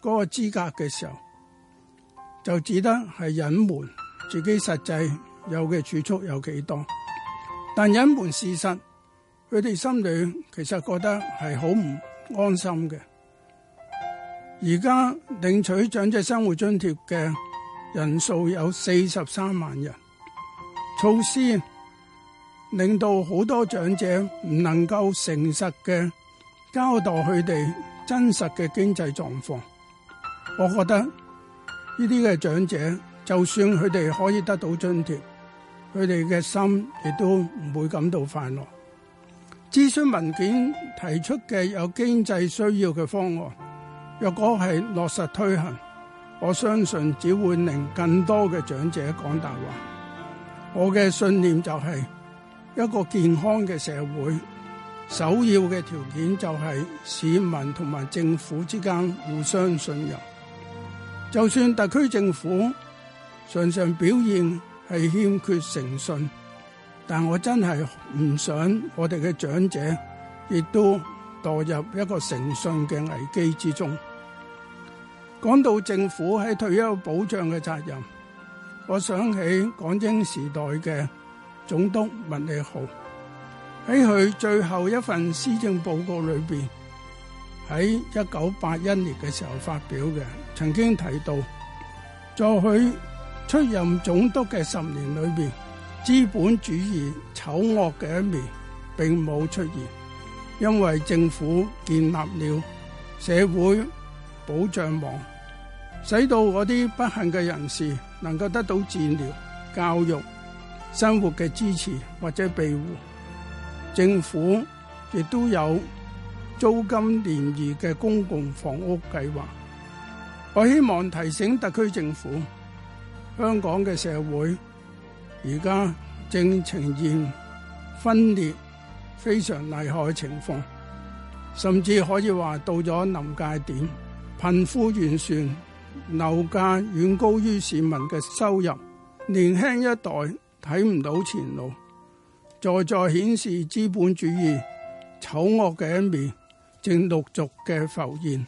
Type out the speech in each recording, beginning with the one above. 嗰個資格嘅時候，就只得係隱瞞自己實際有嘅儲蓄有幾多，但隱瞞事實，佢哋心裏其實覺得係好唔安心嘅。而家領取長者生活津貼嘅人數有四十三萬人，措施令到好多長者唔能夠誠實嘅交代佢哋真實嘅經濟狀況。我覺得呢啲嘅長者，就算佢哋可以得到津貼，佢哋嘅心亦都唔會感到快樂。諮詢文件提出嘅有經濟需要嘅方案。若果係落實推行，我相信只會令更多嘅長者講大話。我嘅信念就係一個健康嘅社會，首要嘅條件就係市民同埋政府之間互相信任。就算特區政府常常表現係欠缺誠信，但我真係唔想我哋嘅長者亦都墮入一個誠信嘅危機之中。講到政府喺退休保障嘅責任，我想起港英時代嘅總督麥理浩喺佢最後一份施政報告裏邊，喺一九八一年嘅時候發表嘅，曾經提到，在佢出任總督嘅十年裏邊，資本主義醜惡嘅一面並冇出現。因為政府建立了社會保障網，使到嗰啲不幸嘅人士能夠得到治療、教育、生活嘅支持或者庇護。政府亦都有租金廉宜嘅公共房屋計劃。我希望提醒特區政府，香港嘅社會而家正呈現分裂。非常厲害嘅情況，甚至可以話到咗臨界點，貧富懸殊，樓價遠高於市民嘅收入，年輕一代睇唔到前路，在在顯示資本主義醜惡嘅一面正陸續嘅浮現，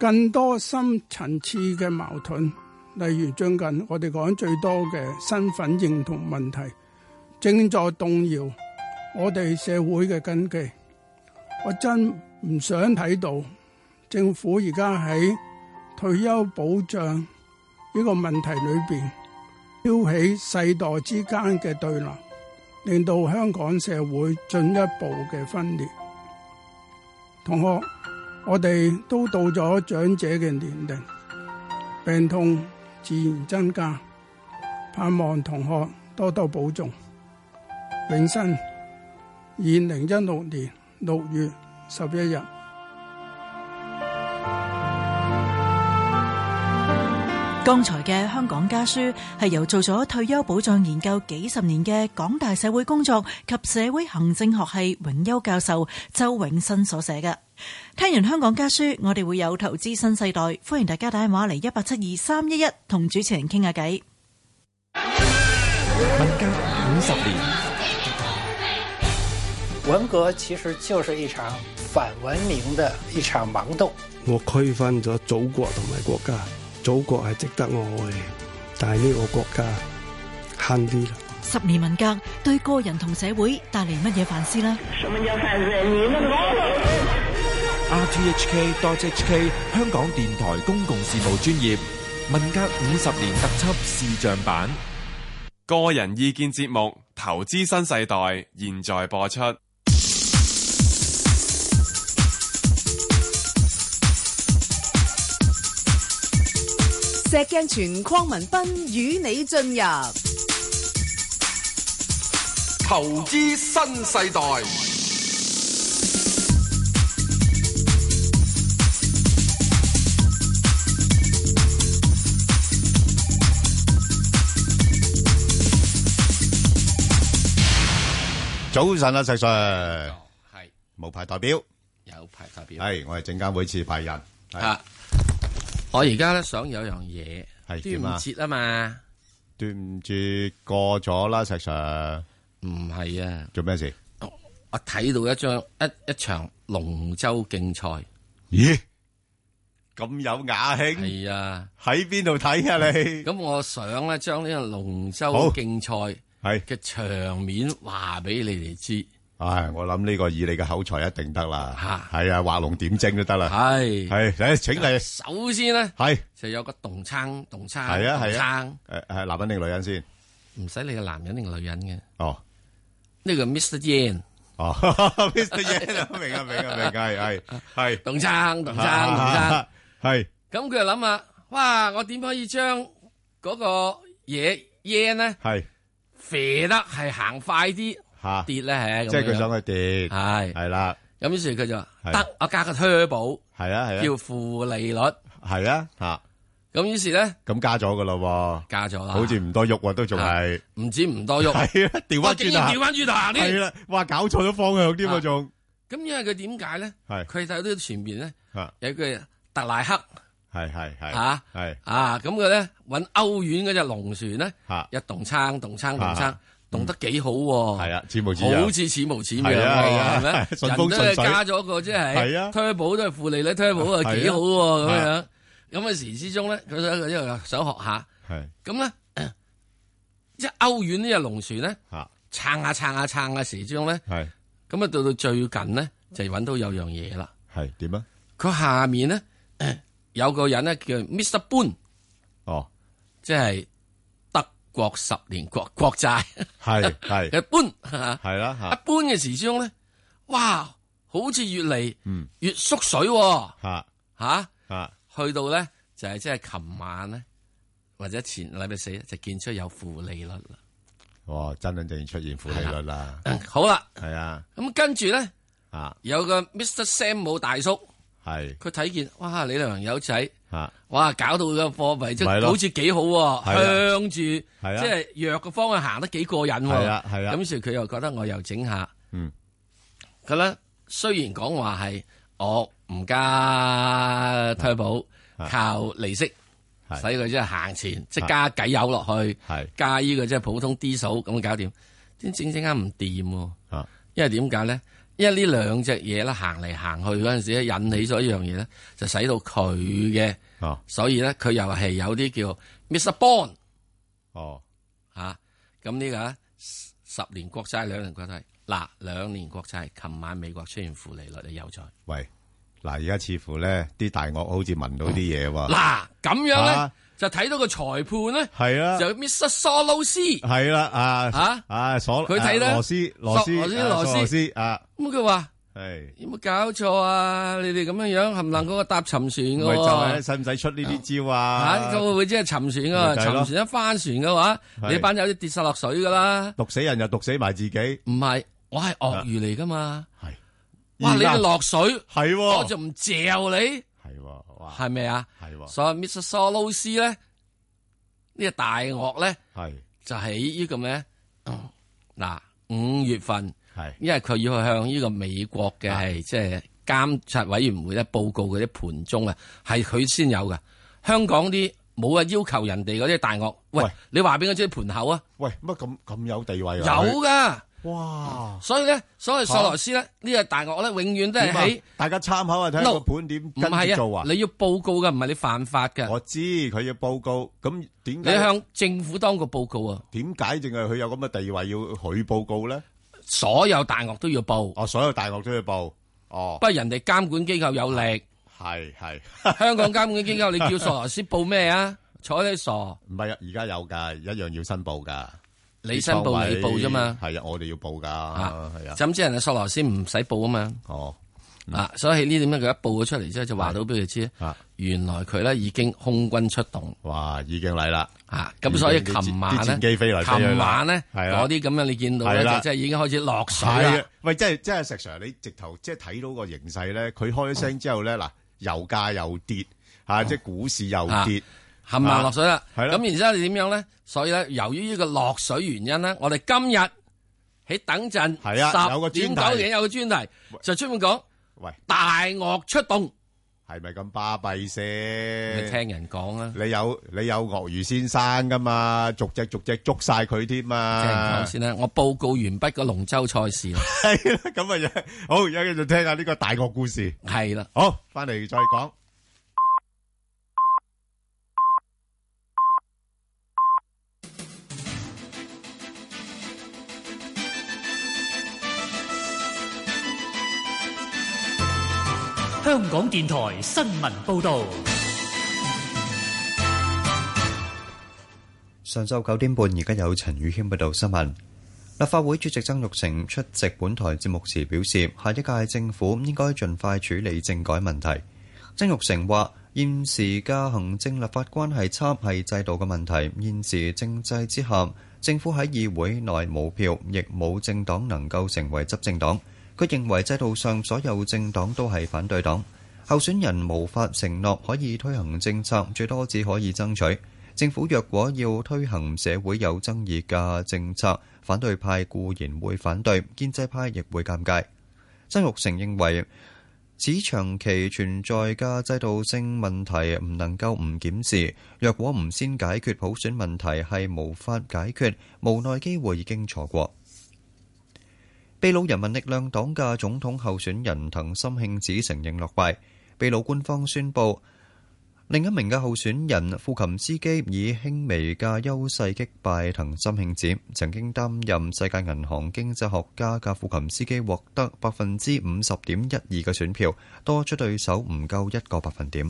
更多深層次嘅矛盾，例如最近我哋講最多嘅身份認同問題，正在動搖。我哋社會嘅根基，我真唔想睇到政府而家喺退休保障呢個問題裏邊挑起世代之間嘅對立，令到香港社會進一步嘅分裂。同學，我哋都到咗長者嘅年齡，病痛自然增加，盼望同學多多保重。永生。二零一六年六月十一日，剛才嘅香港家書係由做咗退休保障研究幾十年嘅港大社會工作及社會行政學系榮休教授周永新所寫嘅。聽完香港家書，我哋會有投資新世代，歡迎大家打電話嚟一八七二三一一同主持人傾下偈。民間五十年。文革其實就是一場反文明的一場盲動。我區分咗祖國同埋國家，祖國係值得我愛，但係呢個國家慳啲啦。十年文革對個人同社會帶嚟乜嘢反思呢？什麼叫反文明？ RTHK dot HK 香港電台公共事務專業文革五十年特輯視像版個人意見節目《投資新世代》，現在播出。石鏡泉鄺民彬與你進入投資新世代。早晨啊，石 Sir，係無牌代表，有牌代表，係我係證監會持牌人。啊，我而家咧想有樣嘢，係端午節啊嘛，端午節過咗啦，石 Sir。唔係啊，做咩事？我睇到一張一一場龍舟競賽，咦？咁有雅興，系啊，喺邊度睇啊你？咁我想咧，將呢個龍舟好競賽係，嘅場面話俾你哋知，唉，我諗呢個以你嘅口才一定得啦，嚇係啊，畫龍點睛都得啦，係係，嚟請你，首先咧係，就有個動撐動撐係啊，係啊動，誒係男人定女人先？撐，唔使理個男人定女人嘅，哦。呢個 Mr. Yan 哦，Mr. Yan 啊，明啊，明啊，明啊，系系系，動撐動撐動撐，系咁佢就諗啊，哇！我點可以將嗰個嘢 Yan 咧系肥得係行快啲吓，即跌咧？係系佢想去跌，係系啦，咁於是佢就話係得，我加個 turbo 系啊，系啊，叫負利率，系啊，吓，咁於是咧咁加咗噶咯加咗喎，啦，好似唔多喐喎，都仲 À. 係唔止唔多喐， 係啊，调我翻竟轉然調啊，翻轉頭行係啲。啦，哇，搞錯咗方向添啊，啊仲咁因為佢點解咧？係佢睇到前邊咧啊有句特賴克係係係嚇係啊，咁佢咧揾歐元嗰只龍船咧，吓一動撐動撐動撐啊，動得幾好喎。係啊，似無似有好似似無似妙喎，係啊係啊係咪？順風人順都係水加咗個即係啊係 turbo 都係負利率 turbo 啊，幾好喎咁樣。咁嘅時之中咧，佢想佢因為想學下，係咁咧 即係歐元呢只龍船咧吓撐下撐下撐下時之中咧，係咁啊到到最近咧就揾到有樣嘢啦。係點啊？佢下面咧有個人咧叫 Mr. Boon，哦，即係德國十年國國債 係係嘅 Boon。係啦一吓般嘅時鐘咧，哇，好似越嚟嗯越縮水喎吓吓、吓去到咧就係即係琴晚咧，或者前禮拜四呢就見出有負利率啦。哇，真真正正出現負利 À. 率啦，嗯好啦，係啊咁跟住咧啊有個 Mr. Sam 冇大叔，係佢睇見哇，你兩友仔。吓。哇！搞到個貨幣即咪係咯好似幾好喎，係啊向住即係啊係弱嘅方向行得幾過癮喎。係啊係啊咁於是佢又覺得我又整下。嗯。佢咧雖然講話係我唔加退保，啊靠利息係使佢即係行前，即係加計油落去，係加呢個即係普通 D 數咁搞掂。點整整啱唔掂喎？啊因為點解咧？因為呢兩隻嘢咧行嚟行去嗰陣時咧，引起咗一樣嘢咧，就使到佢嘅。哦所以咧佢又係有啲叫 Mr. Bond 哦啊，咁呢個啊十十年國債兩年國債，嗱兩年國債，琴晚美國出現負利率嘅有在，喂嗱而家似乎咧啲大鱷好似聞到啲嘢喎，嗱咁樣咧啊就睇到個裁判咧係啊啦就 Mr. Soros，咁係啦啊啊啊所佢睇啦啊羅斯羅斯索羅斯啊羅斯索羅斯啊佢話係有冇搞錯啊？你哋咁樣樣冚唪唥嗰個搭沉船嘅咪就係喎。使唔使出呢啲招吓，佢啊？會唔會即係沉船咪啊？就沉係咯船一翻船嘅話，係你班友都跌晒落水噶啦。毒死人又毒死埋自己，啊唔係，我係鱷魚嚟噶嘛。係哇！而你家哋落水，係喎我就唔嚼你，係喎哇係咪啊？係喎所以 Mr. Soros 咧，呢個大鱷咧係就喺呢個咩？嗱，五月份，係因為佢要去向呢個美國嘅係即係監察委員會咧報告嗰啲盤中啊，係佢先有噶。香港啲冇啊，要求人哋嗰啲大鱷，喂喂，你話俾我知盤口啊，喂乜咁咁有地位啊？有噶。佢哇所以咧，所謂索羅斯咧，呢個大鱷咧，永遠都係點啊喺大家參考下睇下 No，個盤點唔跟係住做啊啊，！你要報告嘅，唔係你犯法嘅。我知佢要報告，咁點你解向政府當局報告啊，點解淨係佢有咁嘅地位要佢報告咧？所有大鱷都要報，哦，所有大學都要報。哦不，過人哋監管機構有力，係係，香港監管機構你 叫索羅斯報咩啊？睬你傻，唔係啊？而家有㗎，一樣要申報㗎。你申報你報啫嘛，係啊，我哋要報㗎，啊係啊，就咁即係人哋索羅斯唔使報啊嘛，哦，啊，所以呢點咧佢一報咗出嚟之後就話到俾佢知啊，原來佢咧已經空軍出動哇，已經嚟啦，啊，咁所以已經啲琴晚啲咧，戰機飛嚟飛去啦琴晚咧係啦嗰啲咁樣你見到咧係啦就即係已經開始落水係啦啊，，喂，即係即係石 Sir，你直頭即係睇到個形勢咧，佢開聲之後咧，嗱，油價又跌，嚇，即係股市又跌，哦啊啊冚唪唥落水啦，係啦咁然之後你點樣咧？所以咧，由於呢個落水原因咧，我哋今日喺等陣係啊有個十專點題九點有個專題，就專門講喂，大鱷出動。係咪咁巴閉啊你先？聽人講啊，你有你有鱷魚先生㗎嘛？逐隻逐隻捉晒佢添嘛？聽人講先啦。我報告完畢個龍舟賽事 啦，系啦，咁啊，好，而家繼續聽下呢個大國故事。係啦。好，翻嚟再講。香港電台新聞報道。上晝九點半，而家有陳宇軒報道新聞。立法會主席曾鈺成出席本台節目時表示，下一屆政府應該盡快處理政改問題。曾鈺成話：現時嘅行政立法關係差係制度嘅問題，現時政制之下，政府喺議會內冇票，亦冇政黨能夠成為執政黨。佢認為制度上所有政黨都係反對黨，候選人無法承諾可以推行政策，最多只可以爭取。政府若果要推行社會有爭議嘅政策，反對派固然會反對，建制派亦會尷尬。曾鈺成認為，此長期存在嘅制度性問題唔能夠唔檢視，若果唔先解決普選問題，係無法解決，無奈機會已經錯過。秘魯人民力量黨嘅總統候選人藤森慶子承認落敗，秘魯官方宣布。另一名嘅候選人庫琴斯基以輕微嘅優勢擊敗藤森慶子。曾經擔任世界銀行經濟學家嘅庫琴斯基獲得百分之五十點一二嘅選票，多出對手唔夠一個百分點。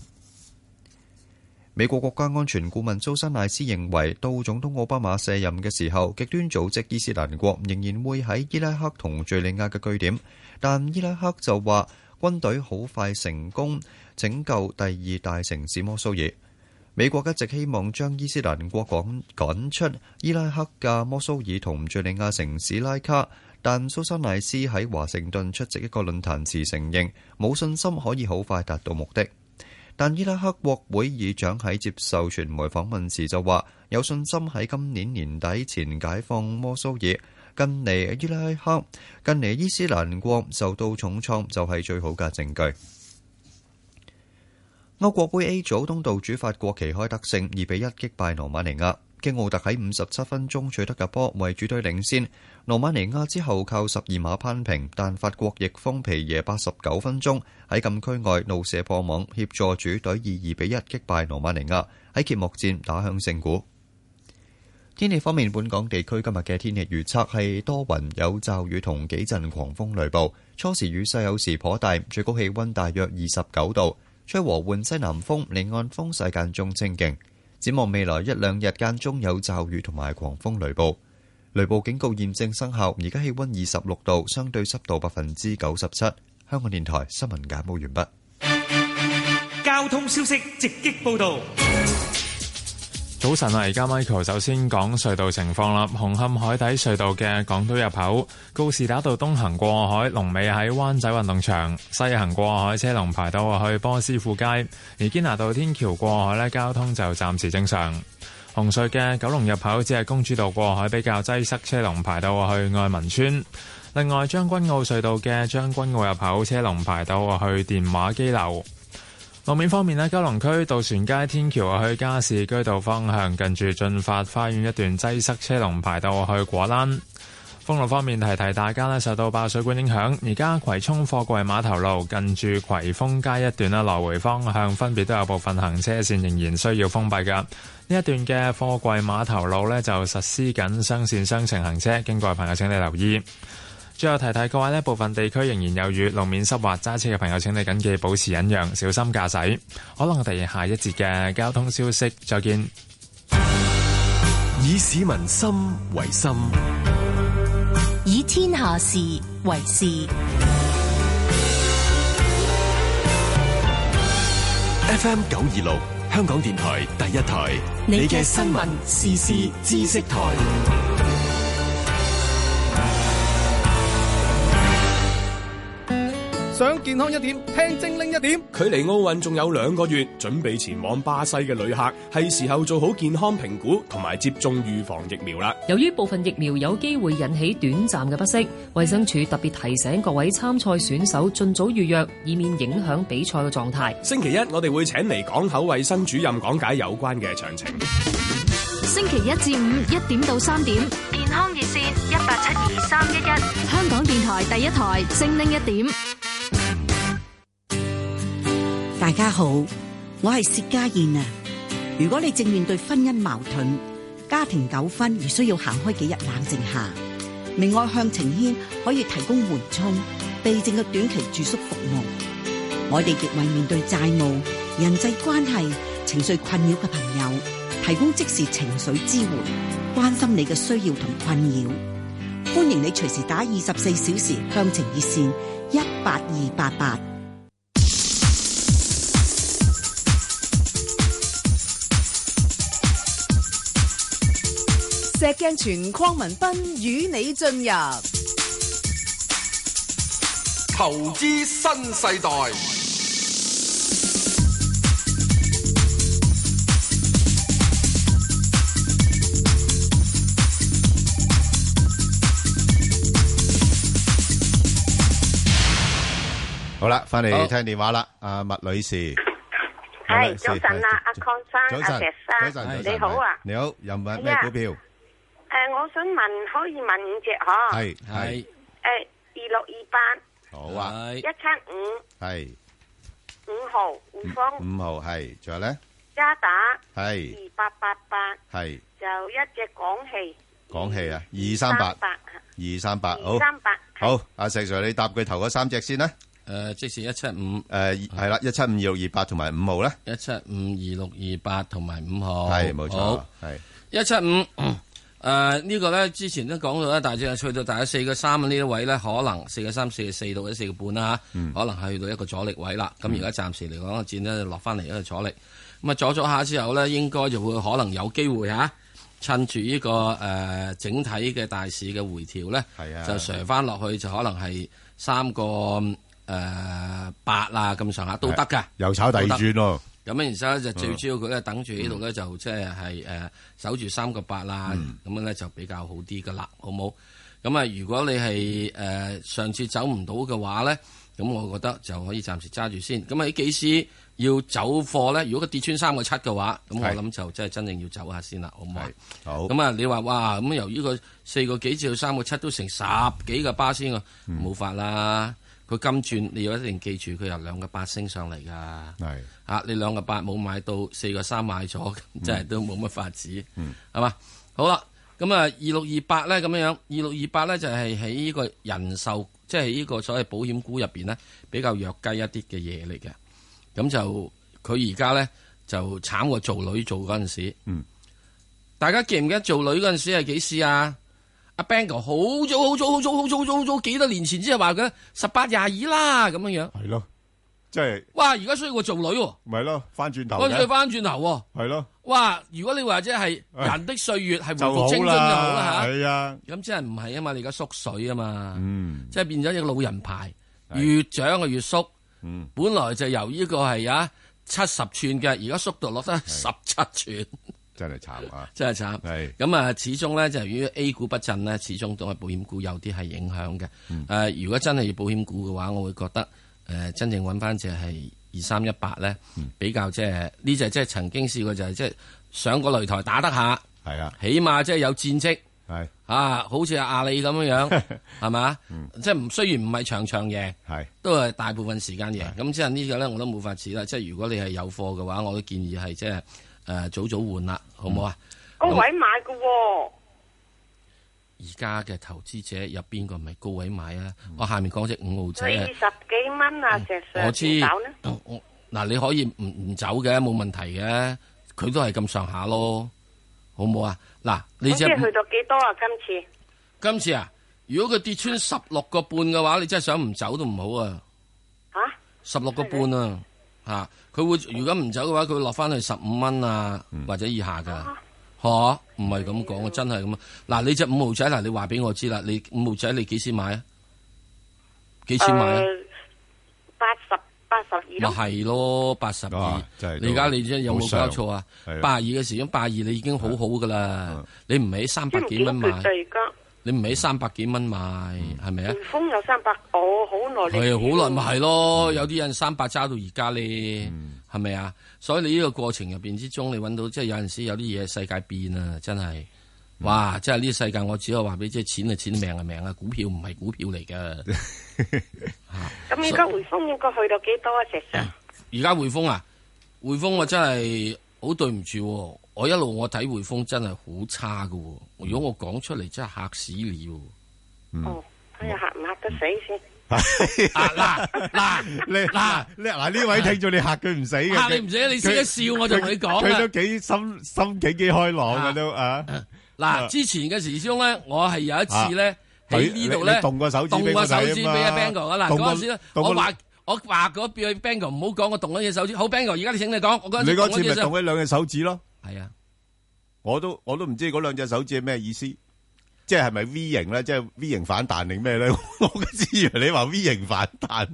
美國國家安全顧問蘇珊賴斯認為，到總統奧巴馬卸任嘅時候，極端組織伊斯蘭國仍然會喺伊拉克同敘利亞嘅據點，但伊拉克就話軍隊好快成功拯救第二大城市摩蘇爾。美國一直希望將伊斯蘭國趕趕出伊拉克嘅摩蘇爾同敘利亞城市拉卡，但蘇珊賴斯喺華盛頓出席一個論壇時承認冇信心可以好快達到目的。但伊拉克國會議長喺接受傳媒訪問時就話有信心喺今年年底前解放摩蘇爾。近嚟伊拉克近嚟伊斯蘭國受到重創就係最好嘅證據。歐國杯 A 組東道主法國旗開得勝，二比一擊敗羅馬尼亞。基奧特喺五十七分鐘取得嘅波為主隊領先，羅馬尼亞之後靠十二碼扳平，但法國翼鋒皮耶八十九分鐘喺禁區外怒射破網，協助主隊以二比一擊敗羅馬尼亞，喺揭幕戰打響勝鼓。天氣方面，本港地區今日嘅天氣預測係多雲有驟雨同幾陣狂風雷暴，初時雨勢有時頗大，最高氣溫大約二十九度，吹和緩西南風，離岸風勢間中清勁。展望未來一兩日間中有驟雨同埋狂風雷暴，雷暴警告現正生效。而家氣溫二十六度，相對濕度百分之九十七。香港電台新聞簡報完畢。交通消息直擊報道。早晨啊！而家 Michael 首先講隧道情況啦。紅磡海底隧道嘅港島入口告士打道東行過海，龍尾喺灣仔運動場；西行過海車龍排到去波斯富街。而堅拿道天橋過海呢，交通就暫時正常。紅隧嘅九龍入口只係公主道過海比較擠塞，車龍排到去愛民村。另外將軍澳隧道嘅將軍澳入口車龍排到去電話機樓。路面方面咧，九龍區渡船街天橋去加士居道方向，近住進發花園一段擠塞，車龍排到去果欄。封路方面，提提大家咧，受到爆水管影響，而家葵涌貨櫃碼頭路近住葵豐街一段咧，來回方向分別都有部分行車線仍然需要封閉噶。呢一段嘅貨櫃碼頭路呢，就實施緊雙線雙程行車，經過嘅朋友請你留意。最後提提各位呢，部分地區仍然有雨，路面濕滑，揸車嘅朋友請你緊記保持忍讓，小心駕駛。可能我哋下一節嘅交通消息再見。以市民心為心，以天下事為事。 FM 九二六，香港電台第一台，你嘅新聞時事知識台。想健康一點，聽精靈一點。距離奧運仲有兩個月，準備前往巴西嘅旅客係時候做好健康評估同埋接種預防疫苗啦。由於部分疫苗有機會引起短暫嘅不適，衛生署特別提醒各位參賽選手盡早預約，以免影響比賽嘅狀態。星期一我哋會請嚟港口衛生主任講解有關嘅詳情。星期一至五一點到三點，健康熱線一八七二三一一，香港電台第一台精靈一點。大家好，我係薛家燕啊！如果你正面對婚姻矛盾、家庭糾紛而需要行開幾日冷靜下，明愛向晴軒可以提供緩衝、避靜嘅短期住宿服務。我哋亦為面對債務、人際關係、情緒困擾嘅朋友提供即時情緒支援，關心你嘅需要同困擾。歡迎你隨時打二十四小時向情熱線一八二八八。石鏡泉邝文斌與你進入投資新世代，好啦，翻好嚟聽電話啦，阿麥女士，Dạ vâng, 系早晨啊，阿邝早生、晨阿石，早生，晨，你好啊。你好，有冇係咩啊股票？诶，我想問，可以問五隻嗬？係係诶，二六二八，好啊，一七五係五號 Ừ, 匯豐五號係，仲有咧渣打，係二八八八，係就一隻廣汽港氣啊，二三八。二三八，好， 238好，阿石 Sir，你答佢頭嗰三隻先啦。诶，即是一七五，诶，係啦，一七五二六二八同埋五號咧，一七五二六二八同埋五號，係冇錯好，係一七五。誒呢個咧，之前都講到啦，大致去到大概四個三呢啲位咧，可能四個三、四個四到或者四個半啦嚇，嗯可能係去到一個阻力位啦。咁而家暫時嚟講，個戰咧落翻嚟一個阻力。咁啊，阻咗下之後咧，應該就會可能有機會嚇、趁住呢、個誒、整體嘅大市嘅回調咧，啊就上翻落去就可能係三個誒八啊咁上下都得㗎，又炒第二都得轉咯。咁然之後咧就最嗯主要佢咧等住呢度咧就即係係誒守住三個八啦，嗯咁樣咧就比較好啲噶啦，好冇？咁啊，如果你係誒、呃上次走唔到嘅話咧，咁我覺得就可以暫時揸住先。咁啊，喺幾時要走貨咧？如果佢跌穿三個七嘅話，咁我係諗就真係真正要走下先啦，好唔好啊？好咁啊，你話哇，咁由於個四個幾至到三個七都成十幾個巴先喎，嗯冇法啦。佢金轉你要一定記住，佢由兩個八升上嚟㗎。係啊，你兩個八冇買到，四個三買咗，咁真係都冇乜法子，嗯係嘛？好啦，咁啊，二六二八咧咁樣樣，二六二八咧就係喺呢個人壽，即係呢個所謂保險股入邊咧比較弱雞一啲嘅嘢嚟嘅。咁就佢而家咧就慘過做女做嗰陣時。嗯，大家記唔記得做女嗰陣時係幾時啊？阿 Bang 哥好早好早好早好早好早好早幾多年前先係話佢十八廿二啦咁樣樣。係咯，即係哇！而家需要個做女喎，咪咯，翻轉頭跟住嘅，翻轉頭喎。係咯，哇！如果你話即係人的歲月係回就好復青春就好啦啦，嚇。係啊，咁即係唔係啊嘛？你而家縮水啊嘛，嗯即係變咗一個老人牌，越長啊就越縮。嗯，本來就由呢個係啊七十寸嘅，而家縮到落得十七寸，真係慘啊，真係慘。係咁啊，始終咧就係於 A 股不振咧，始終都係保險股有啲係影響嘅。誒、嗯如果真係要保險股嘅話，我會覺得誒、真正揾翻只係二三一八咧，嗯比較即係呢只即係曾經試過就係即係上個擂台打得下，係啊，起碼即係有戰績。係啊，好似阿阿里咁樣 樣，係嘛？即係唔雖然唔係場場贏，嗯係都係大部分時間贏。咁即係呢個咧，我都冇法子啦。即係如果你係有貨嘅話，我都建議係即係誒早早換啦，好唔好啊？高位買嘅喎，而家嘅投資者有邊個唔係高位買啊？我下面講只五號仔佢啊二，十幾蚊啊，石 Sir，我知哦點搞呢？嗱你可以唔唔走嘅，冇問題嘅，佢都係咁上下咯，好唔好啊？嗱，你咁即只係去到幾多啊？今次今次啊，如果佢跌穿十六個半嘅話，你真係想唔走都唔好啊！十吓？六個半啊，嚇佢會如果唔走嘅話，佢會落翻去十五蚊啊嗯或者以下㗎，嚇唔係咁講，真係咁啊！嗱，你只五號仔嗱，你話俾我知啦，你五號仔你幾時買啊？幾錢買啊？誒呃八十八十二咪咯。係咯，八十二啊真係，都你而家你真係有冇搞錯啊好上係？啊嗯八廿二嘅時鐘，八廿二你已經好好噶啦，你唔喺三百幾蚊買即係唔，解決啊而家你唔喺三百幾蚊買，係咪啊？匯豐有三百，哦，好耐歷係史好耐咪係咯，有啲人三百揸到而家咧，係咪啊？所以你呢個過程入邊之中，你揾到即係有陣時有啲嘢世界變啊，真係。哇！真係呢個世界，我只可以話俾你知，錢係錢，命係命啊！股票唔係股票嚟嘅。咁而家匯豐應該去到幾多啊？石 Sir，而家匯豐啊，匯豐我真係好對唔住喎，我一路我睇匯豐真係好差嘅喎。如果我講出嚟真係嚇死你喎。睇下嚇唔嚇得死啊先。嗱嗱 你嗱你嗱呢位聽眾你嚇佢唔死嘅，嚇你唔死你先佢一笑我就同你講啊佢佢都幾心心境幾開朗嘅都啊。嗱，之前嘅時鐘咧，我係有一次咧喺呢度咧，動個手指俾動個我睇啊手嘛指俾阿 Bang 哥啊！嗱，動個嗰陣時咧，動個我話我話嗰俾 Bang 哥唔好講，我動咗隻手指。好，Bang 哥，而家你請你講，我嗰陣你時嗰次咪動動咗隻手咗兩隻手指咯？係啊，我都我都唔知嗰兩隻手指係咩意思，即係係咪 V 型咧？即係 V 型反彈定咩咧？ 我嗰次以為你話 V 型反彈，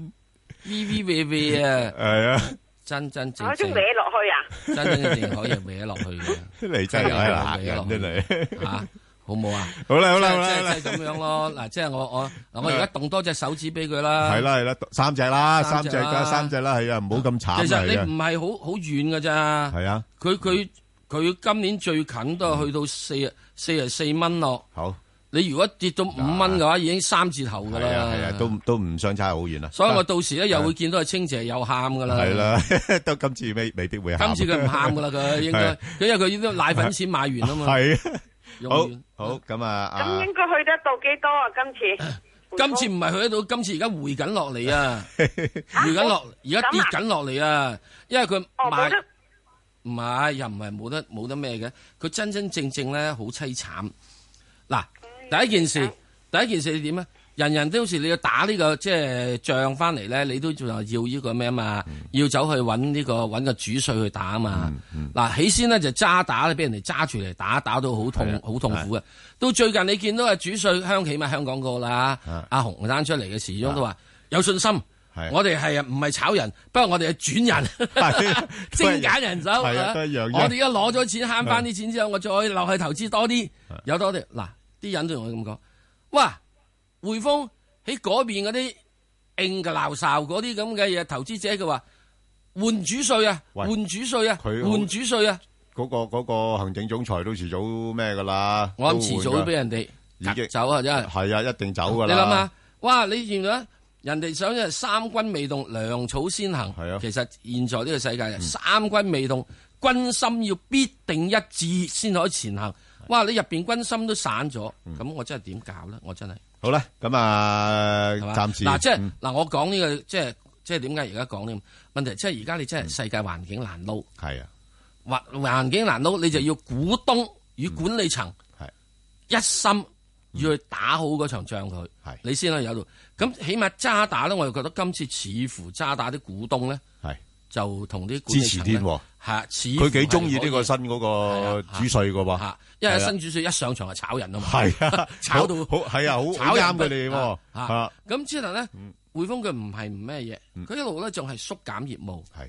V V V V 啊，係啊，真真正我正都歪落去啊！真 真正正可以搲落去嘅，你真係有係啦，人真係嚇，好冇 啊？好啦好啦好即係啦，即係咁樣咯。嗱，即係我我嗱我而家動多隻手指俾佢啦。係啦係啦，三隻啦，三三隻隻啦啦，三隻啦，係啊，唔好咁慘啊，其實係啊你唔係好好遠㗎咋。係啊，嗯佢佢佢今年最近都係去到四啊四啊四蚊咯。好，啊你如果跌到五蚊嘅話，已經三字頭㗎啦。係啊係啊，都唔都唔相差好遠啦。所以我到時咧又會見到阿清姐又喊㗎啦。係啦， 都今次未未必會喊。今次佢唔喊㗎啦， 佢應該係，因為佢已經奶粉錢買完啊嘛。係啊用好完好咁啊咁啊應該去得到幾多啊？今今次次唔係去得到，今次而家回緊落嚟啊，回緊落，而家跌緊落嚟啊，因為佢賣唔係又唔係冇得冇得咩嘅，佢真真正正咧好凄慘。嗱，第一件嗯事，第一件事你點啊？人人都好似你要打呢、個即係仗翻嚟咧，你都仲話要呢個咩啊嘛？嗯要走去揾呢、個揾個主帥去打啊嘛。嗯嗱、起先呢就揸打咧，俾人哋揸住嚟打，打到好啊痛好痛苦嘅。到最近你見到啊主帥香起咪香港個啦，啊阿洪生出嚟嘅時鐘都話有信心。我哋係唔係炒人？不過我哋係轉人， 精簡人手。係啊啊都一樣啫我哋而家攞咗錢慳翻啲錢之後，我再留去投資多啲，有多啲。嗱，啲人都同我咁講，哇！匯豐喺嗰邊嗰啲硬嘅鬧哨嗰啲咁嘅嘢，投資者佢話換主税啊，喂換主税啊，佢換主税啊，嗰個嗰個行政總裁都遲早咩噶啦？我諗遲早都俾人哋已經走啊，真係係啊，一定走噶你啦。諗下，哇！你見唔見到人哋想係三軍未動，糧草先行。啊其實現在呢個世界嗯係三軍未動，軍心要必定一致先可以前行。哇！你入邊軍心都散咗，嗯咁我真係點搞咧？我真係好啦，咁啊，係嘛暫時嗱，即係嗯嗱，我講呢個即係即係點解而家講呢個問題？即係而家你真係世界環境難撈，嗯係啊，環環境難撈，你就要股東嗯與管理層一心要去打好嗰場仗佢，你先可以有到。咁起碼渣打咧，我又覺得今次似乎渣打啲股東咧，就同啲管理支持層添咧喎係啊似乎佢幾中意係可呢以個新嗰個主帥噶喎，因為係啊新主帥一上場就炒人啊嘛，係啊 炒到好好係啊好炒人好啱佢哋喎啊啊咁之後咧，匯豐佢唔係唔咩嗯嘢，佢一路咧仲係縮減業務，係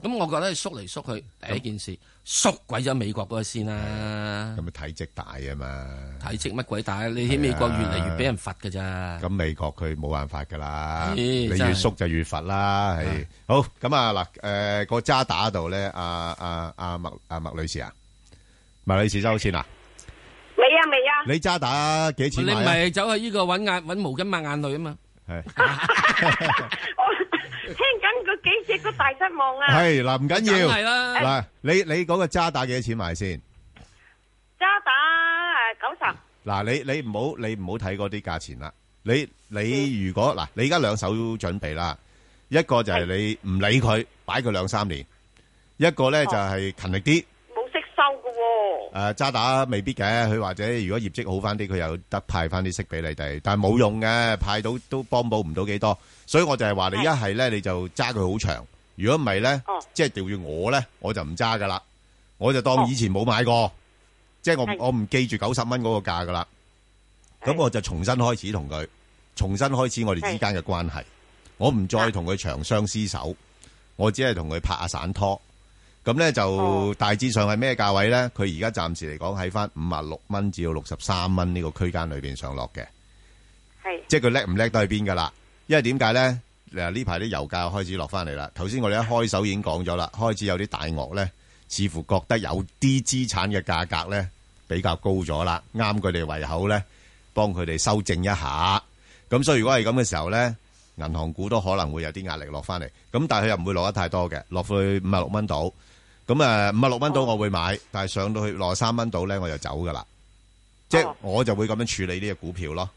咁我覺得係縮嚟縮去，第一件事縮鬼咗美國嗰個先啦，咁啊體積大啊嘛，體積乜鬼大？啊你喺美國越嚟越俾人罰㗎咋，咁美國佢冇辦法噶啦，咦你越真係縮就越罰啦，係好咁啊嗱，誒個渣打度咧，阿阿阿麥阿麥女士啊，麥女士收錢啊，未啊未啊，你渣打幾你錢唔買啊？係走去呢個揾眼揾毛巾抹眼淚啊嘛，係聽緊嗰幾隻都大失望啊！係嗱，唔緊要，梗係啦嗱，你你嗰個渣打幾多錢買先？渣打誒九十，嗱，你你唔好你唔好睇嗰啲價錢啦。你你如果嗱，你而家兩手準備啦，一個就係你唔理佢，擺佢兩三年；一個咧就係勤力啲。冇息收嘅喎。誒啊渣打未必嘅，佢或者如果業績好翻啲，佢又得派翻啲息俾你哋，但係冇用嘅，派到都幫補唔到幾多，所以我就係哦話你一係咧你就揸佢好長，如果唔係咧，即係調住我咧，我就唔揸噶啦，我就當以前冇買過，即哦係我我唔記住九十蚊嗰個價噶啦，咁我就重新開始同佢，重新開始我哋之間嘅關係，我唔再同佢長相厮守，我只係同佢拍下散拖。咁咧就大致上係咩價位咧？佢而家暫時嚟講喺翻五啊六蚊至到六十三蚊呢個區間裏邊上落嘅，係即係佢叻唔叻都喺邊噶啦。因為點解咧？嗱呢排啲油價開始落翻嚟啦。頭先我哋一開手已經講咗啦，開始有啲大鱷咧，似乎覺得有啲資產嘅價格咧比較高咗啦，啱佢哋胃口咧，幫佢哋修正一下。咁所以如果係咁嘅時候咧，銀行股都可能會有啲壓力落翻嚟。咁但係佢又唔會落得太多嘅，落去五啊六蚊度。咁啊，五啊六蚊到我會買，但係上到去六十三蚊到咧，我就走噶啦。即係我就會咁樣處理呢只股票咯。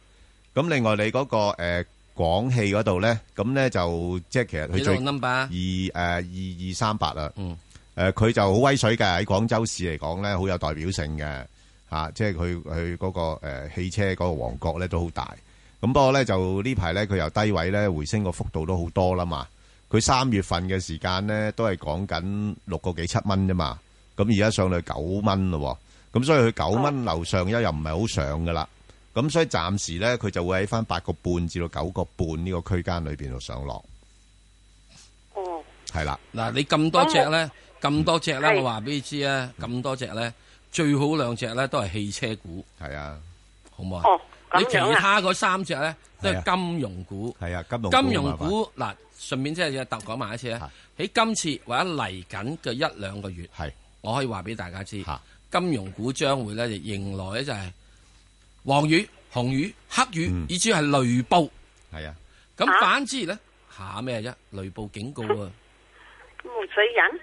咁另外你嗰、個誒、呃、廣汽嗰度咧，咁咧就即係其實佢幾多最個 number 二啊誒二二三八啦。嗯。誒佢就好威水嘅，喺廣州市嚟講咧，好有代表性嘅嚇、啊即係佢佢嗰個、呃、汽車嗰個王國咧都好大。咁不過咧就呢排咧佢由低位咧回升個幅度都好多啦嘛。佢三月份嘅時間咧都係講緊六個幾七蚊啫嘛。咁而家上到九蚊咯喎，咁所以佢九蚊樓上一又唔係好上噶啦。咁所以暫時咧佢就會喺翻八個半至到九個半呢個區間裏邊度上落。哦，係啦。嗱，你咁多隻咧，咁多隻咧，我話俾你知啊，咁多隻咧，最好兩隻咧都係汽車股。係啊，好唔好哦啊？咁你其樣啊他嗰三隻咧都係啊係金融股。係啊，金融金融股嗱，順便即係特講埋一次咧，喺今次或者嚟緊嘅一兩個月，我可以話俾大家知，金融股將會咧就迎來咧就係黃魚、紅魚、黑魚，以至係雷暴。嗯係啊，咁反之咧下咩啫？雷暴警告啊！冇水人，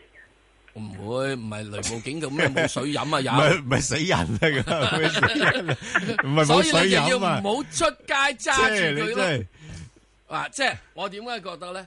唔會，唔係雷暴警告咩冇水飲 啊有，唔係唔係死人啊嚟噶，唔係 死人唔係冇所以水你就要飲唔啊！好出街揸住即係你佢真咯係。啊，即係我點解覺得咧？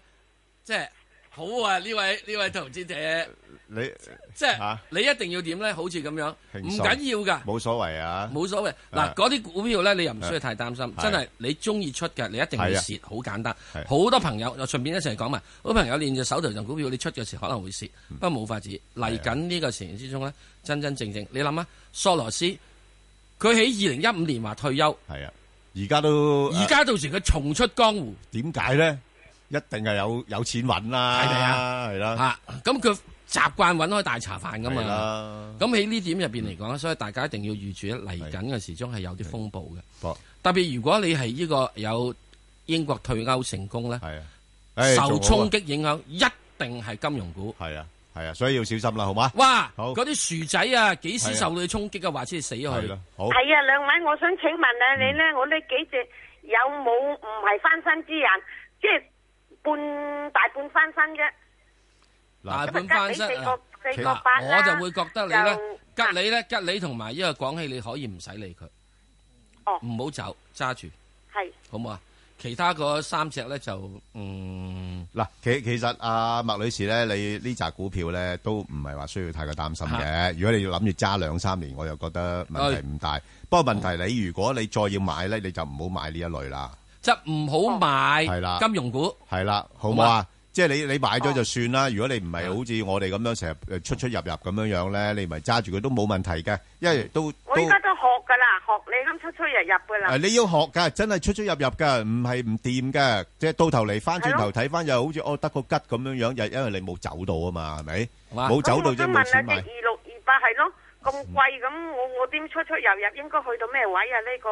即係好啊！呢位呢位投資者，你啊 即係你一定要點咧？好似咁樣，輕唔鬆緊要噶，冇所謂啊，冇所謂。啊嗱，嗰啲股票咧，你又唔需要太擔心，係真係你中意出嘅，你一定會蝕係，啊好簡單係。好多朋友，我順便一齊講埋，好多朋友練住手頭上股票，你出嘅時可能會蝕，不過冇法子。嚟緊呢個情形之中咧，真真正正，你諗下，索羅斯佢喺二零一五年話退休，係啊，而家都啊而家到時佢重出江湖，點解咧？一定係有有錢揾啦，係咪啊？係啦，嚇咁佢習慣揾開大茶飯噶係嘛。啦，嗯咁喺呢點入邊嚟講，所以大家一定要預住嚟緊嘅時鐘係有啲風暴嘅。噃特別如果你係呢個有英國退歐成功咧，啊唉受仲好啊衝擊影響一定係金融股。係啊，係啊，所以要小心啦，好嗎？哇！好嗰啲薯仔啊，幾時係啊受到衝擊啊？話之死係佢啦。，好系啊，兩位，我想請問啊，你咧，我呢幾隻有冇唔係翻身之人，即係半大半翻身啫？大半翻咁啊，吉身利四啊個！四個嗱八啦我就會覺得你咧就，吉利咧，吉利同埋呢個廣汽，你可以唔使理佢，唔好走，揸住，係好唔好啊？其他嗰三隻咧就嗯嗱，其其實阿麥女士咧，你呢扎股票咧都唔係話需要太過擔心啊嘅。如果你要諗住揸兩三年，我又覺得問題唔大。哎不過問題你如果你再要買咧，你就唔好買呢一類啦。即唔好買係啦金融股，係啦，好唔好啊？即係你你買啊咗就算啦。如果你唔係好似我哋咁樣成日呃出出入入咁樣樣咧，你咪揸住佢都冇問題嘅，因為都我都依家都學㗎啦，學你咁出出入入㗎啦。誒你要學㗎，真係出出入入㗎，唔係唔掂㗎。即係到頭嚟翻轉頭睇翻，又好似哦得個吉咁樣樣，又因為你冇走到啊嘛，係咪？Ờ, 冇走到咁我啫，想冇問錢啊，買隻。二六二八係咯，咁貴咁，我我點出出入入應該去到咩位啊？呢個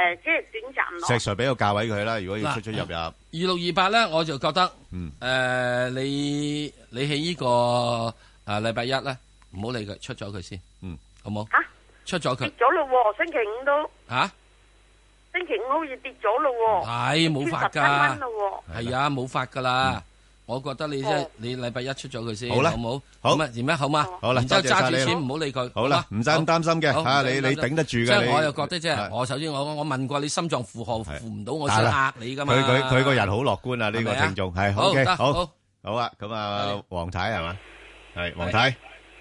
誒，即係短暫石內 Sir 俾個價位佢啦，如果要嗱出出入入，係二六二八咧，我就覺得，誒、嗯你你喺呢、個誒禮拜一咧，唔好理佢，出咗佢先，嗯，好冇？出咗佢跌咗咯喎，星期五都嚇，星期五好似跌咗咯喎，係冇法㗎穿十七蚊咯係啊，冇法噶啦。我覺得你即係你禮拜一出咗佢先，好啦好冇？好咁啊，點咧？好嘛？好啦然之後多謝晒揸住你啦錢，唔好理佢。好啦嘛唔使咁好擔心嘅好嚇唔使你咁你擔心頂得住嘅即係你我又覺得即係係我首先我我問過你心臟負荷負唔到，我打先啦呃你噶嘛。佢佢佢個人好樂觀啊！呢個係咪啊聽眾係好 OK 得好好好啊！咁啊，黃太係嘛？係黃係太，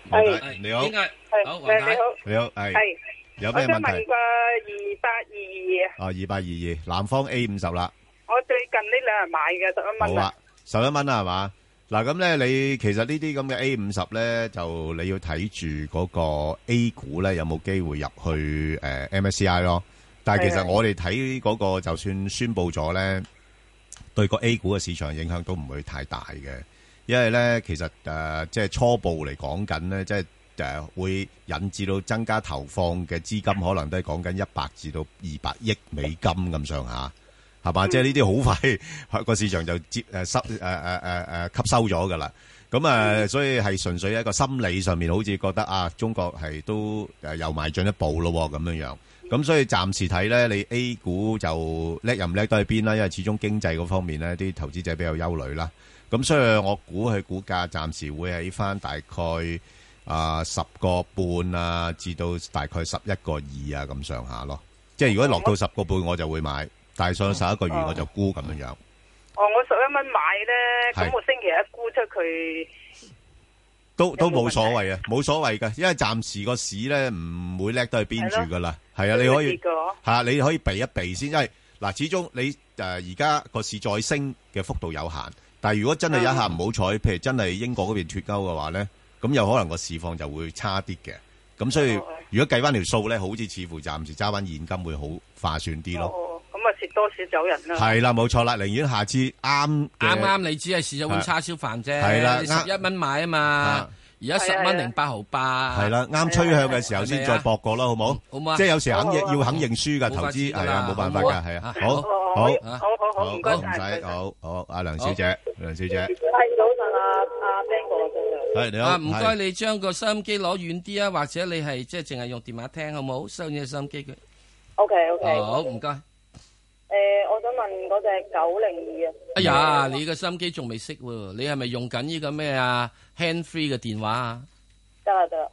黃太你好，係好，誒你好，你好，係係有咩我想問問題？個二八二啊，二，二八二二南方 A 五十啦。我最近呢兩日買嘅十一好蚊啊，，11蚊啦，係嘛？嗱，咁呢，你其實呢啲咁嘅 A50 呢，就你要睇住嗰個 A 股呢，有冇機會入去，呃，MSCI 咯。但係其實係，係。我哋睇嗰個，就算宣佈咗呢，對個 A 股嘅市場影響都唔會太大嘅。因為呢，其實，呃，即係初步嚟講緊呢，即係，呃，會引致到增加投放嘅資金，可能都係講緊100至到200億美金咁上下。係嘛？即係呢啲好快 個市場就接誒收呃誒誒誒誒吸收咗㗎啦。咁啊，呃所以係純粹一個心理上面，好似覺得啊，中國係都誒又邁進一步咯喎咁樣樣。咁所以暫時睇咧，你 A 股就叻又唔叻都喺邊啦，因為始終經濟嗰方面咧，啲投資者比較憂慮啦。咁所以我估佢股價暫時會喺翻大概啊十個半啊，至到大概十一個二啊咁上下咯。即係如果落到十個半，我就會買。但係上十一個月我就沽咁樣樣。哦，我十一蚊買咧，係咁我星期一沽出佢，都都冇所謂啊，冇所謂嘅，因為暫時個市咧唔會叻得去邊住噶啦，係啊，你可會跌以㗎嗬係啊，你可以避一避先，因為嗱，始終你誒而家個市再升嘅幅度有限，但係如果真係一下唔好彩，譬如真係英國嗰邊脱歐嘅話咧，咁有可能個市況就會差啲嘅，咁所以如果計翻條數咧，好似似乎暫時揸翻現金會好化算啲咯。咁啊蝕多少走人啦。係啦，冇錯啦，寧願下次啱嘅啱啱你只係試咗碗叉燒飯啫，係啦十一蚊買啊嘛，而家十蚊零八毫八，係啦，啱吹向嘅時候先再搏過啦，好冇？好唔好啊即係有時肯好好認好要肯認輸㗎，冇投法資子㗎係啦啊，冇辦法㗎，係啊，好好好好，唔該唔晒。使，好好，阿梁小姐，梁小姐，係早晨啊，阿 Ben 哥真係你好啊，唔該，你將個收音機攞遠啲啊，或者你係即係淨係用電話聽好冇？收遠隻收音機佢。 OK OK，好，唔該。誒，我想問嗰只九零二啊，哎呀，你個收音機仲未熄喎？你係咪用緊呢個咩啊？hand free 嘅電話啊？得啦得啦，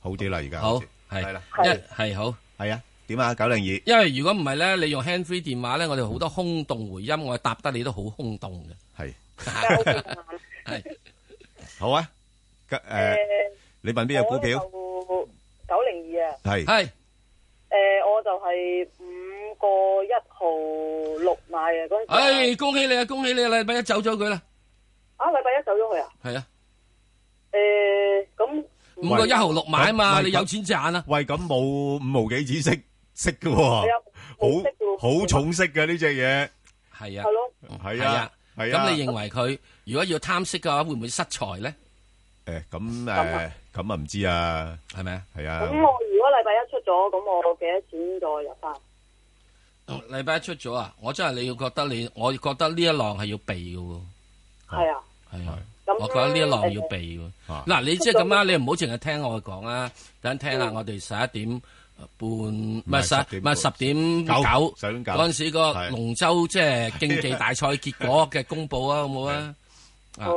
好啲啦，而家好係啦，一係好係啊？點啊？九零二，因為如果唔係咧，你用 hand free 電話咧，我哋好多空洞回音，我答得你都好空洞嘅。係係好啊，吉誒，你問邊隻股票？九零二啊，係係誒，我就係五個一號六買啊，嗰陣時唉，恭喜你啊！恭喜你啊！禮拜一走咗佢啦，啊禮拜一走咗佢啊，係啊，誒咁五個一毫六買啊嘛，喂你有錢賺啊！喂，咁冇五毫幾子息息嘅喎係啊，好好重息嘅呢只嘢，係啊係咯，係啊，係啊。咁你認為佢如果要貪息嘅話，會唔會失財咧？誒咁誒咁啊唔知啊，係咪啊？係啊咁，我如果禮拜一出咗，咁我幾多錢再入翻？禮拜一出咗啊！我真係你要覺得你，我覺得呢一浪係要避嘅喎。係啊，係啊，咁我覺得呢一浪要避喎。嗱，你即係咁啦，你唔好淨係聽我講啦，等聽下我哋十一點半，唔係係十10唔係十點九九10點九嗰陣時個龍舟即係競技大賽結果嘅公佈啊，好唔好啊？啊，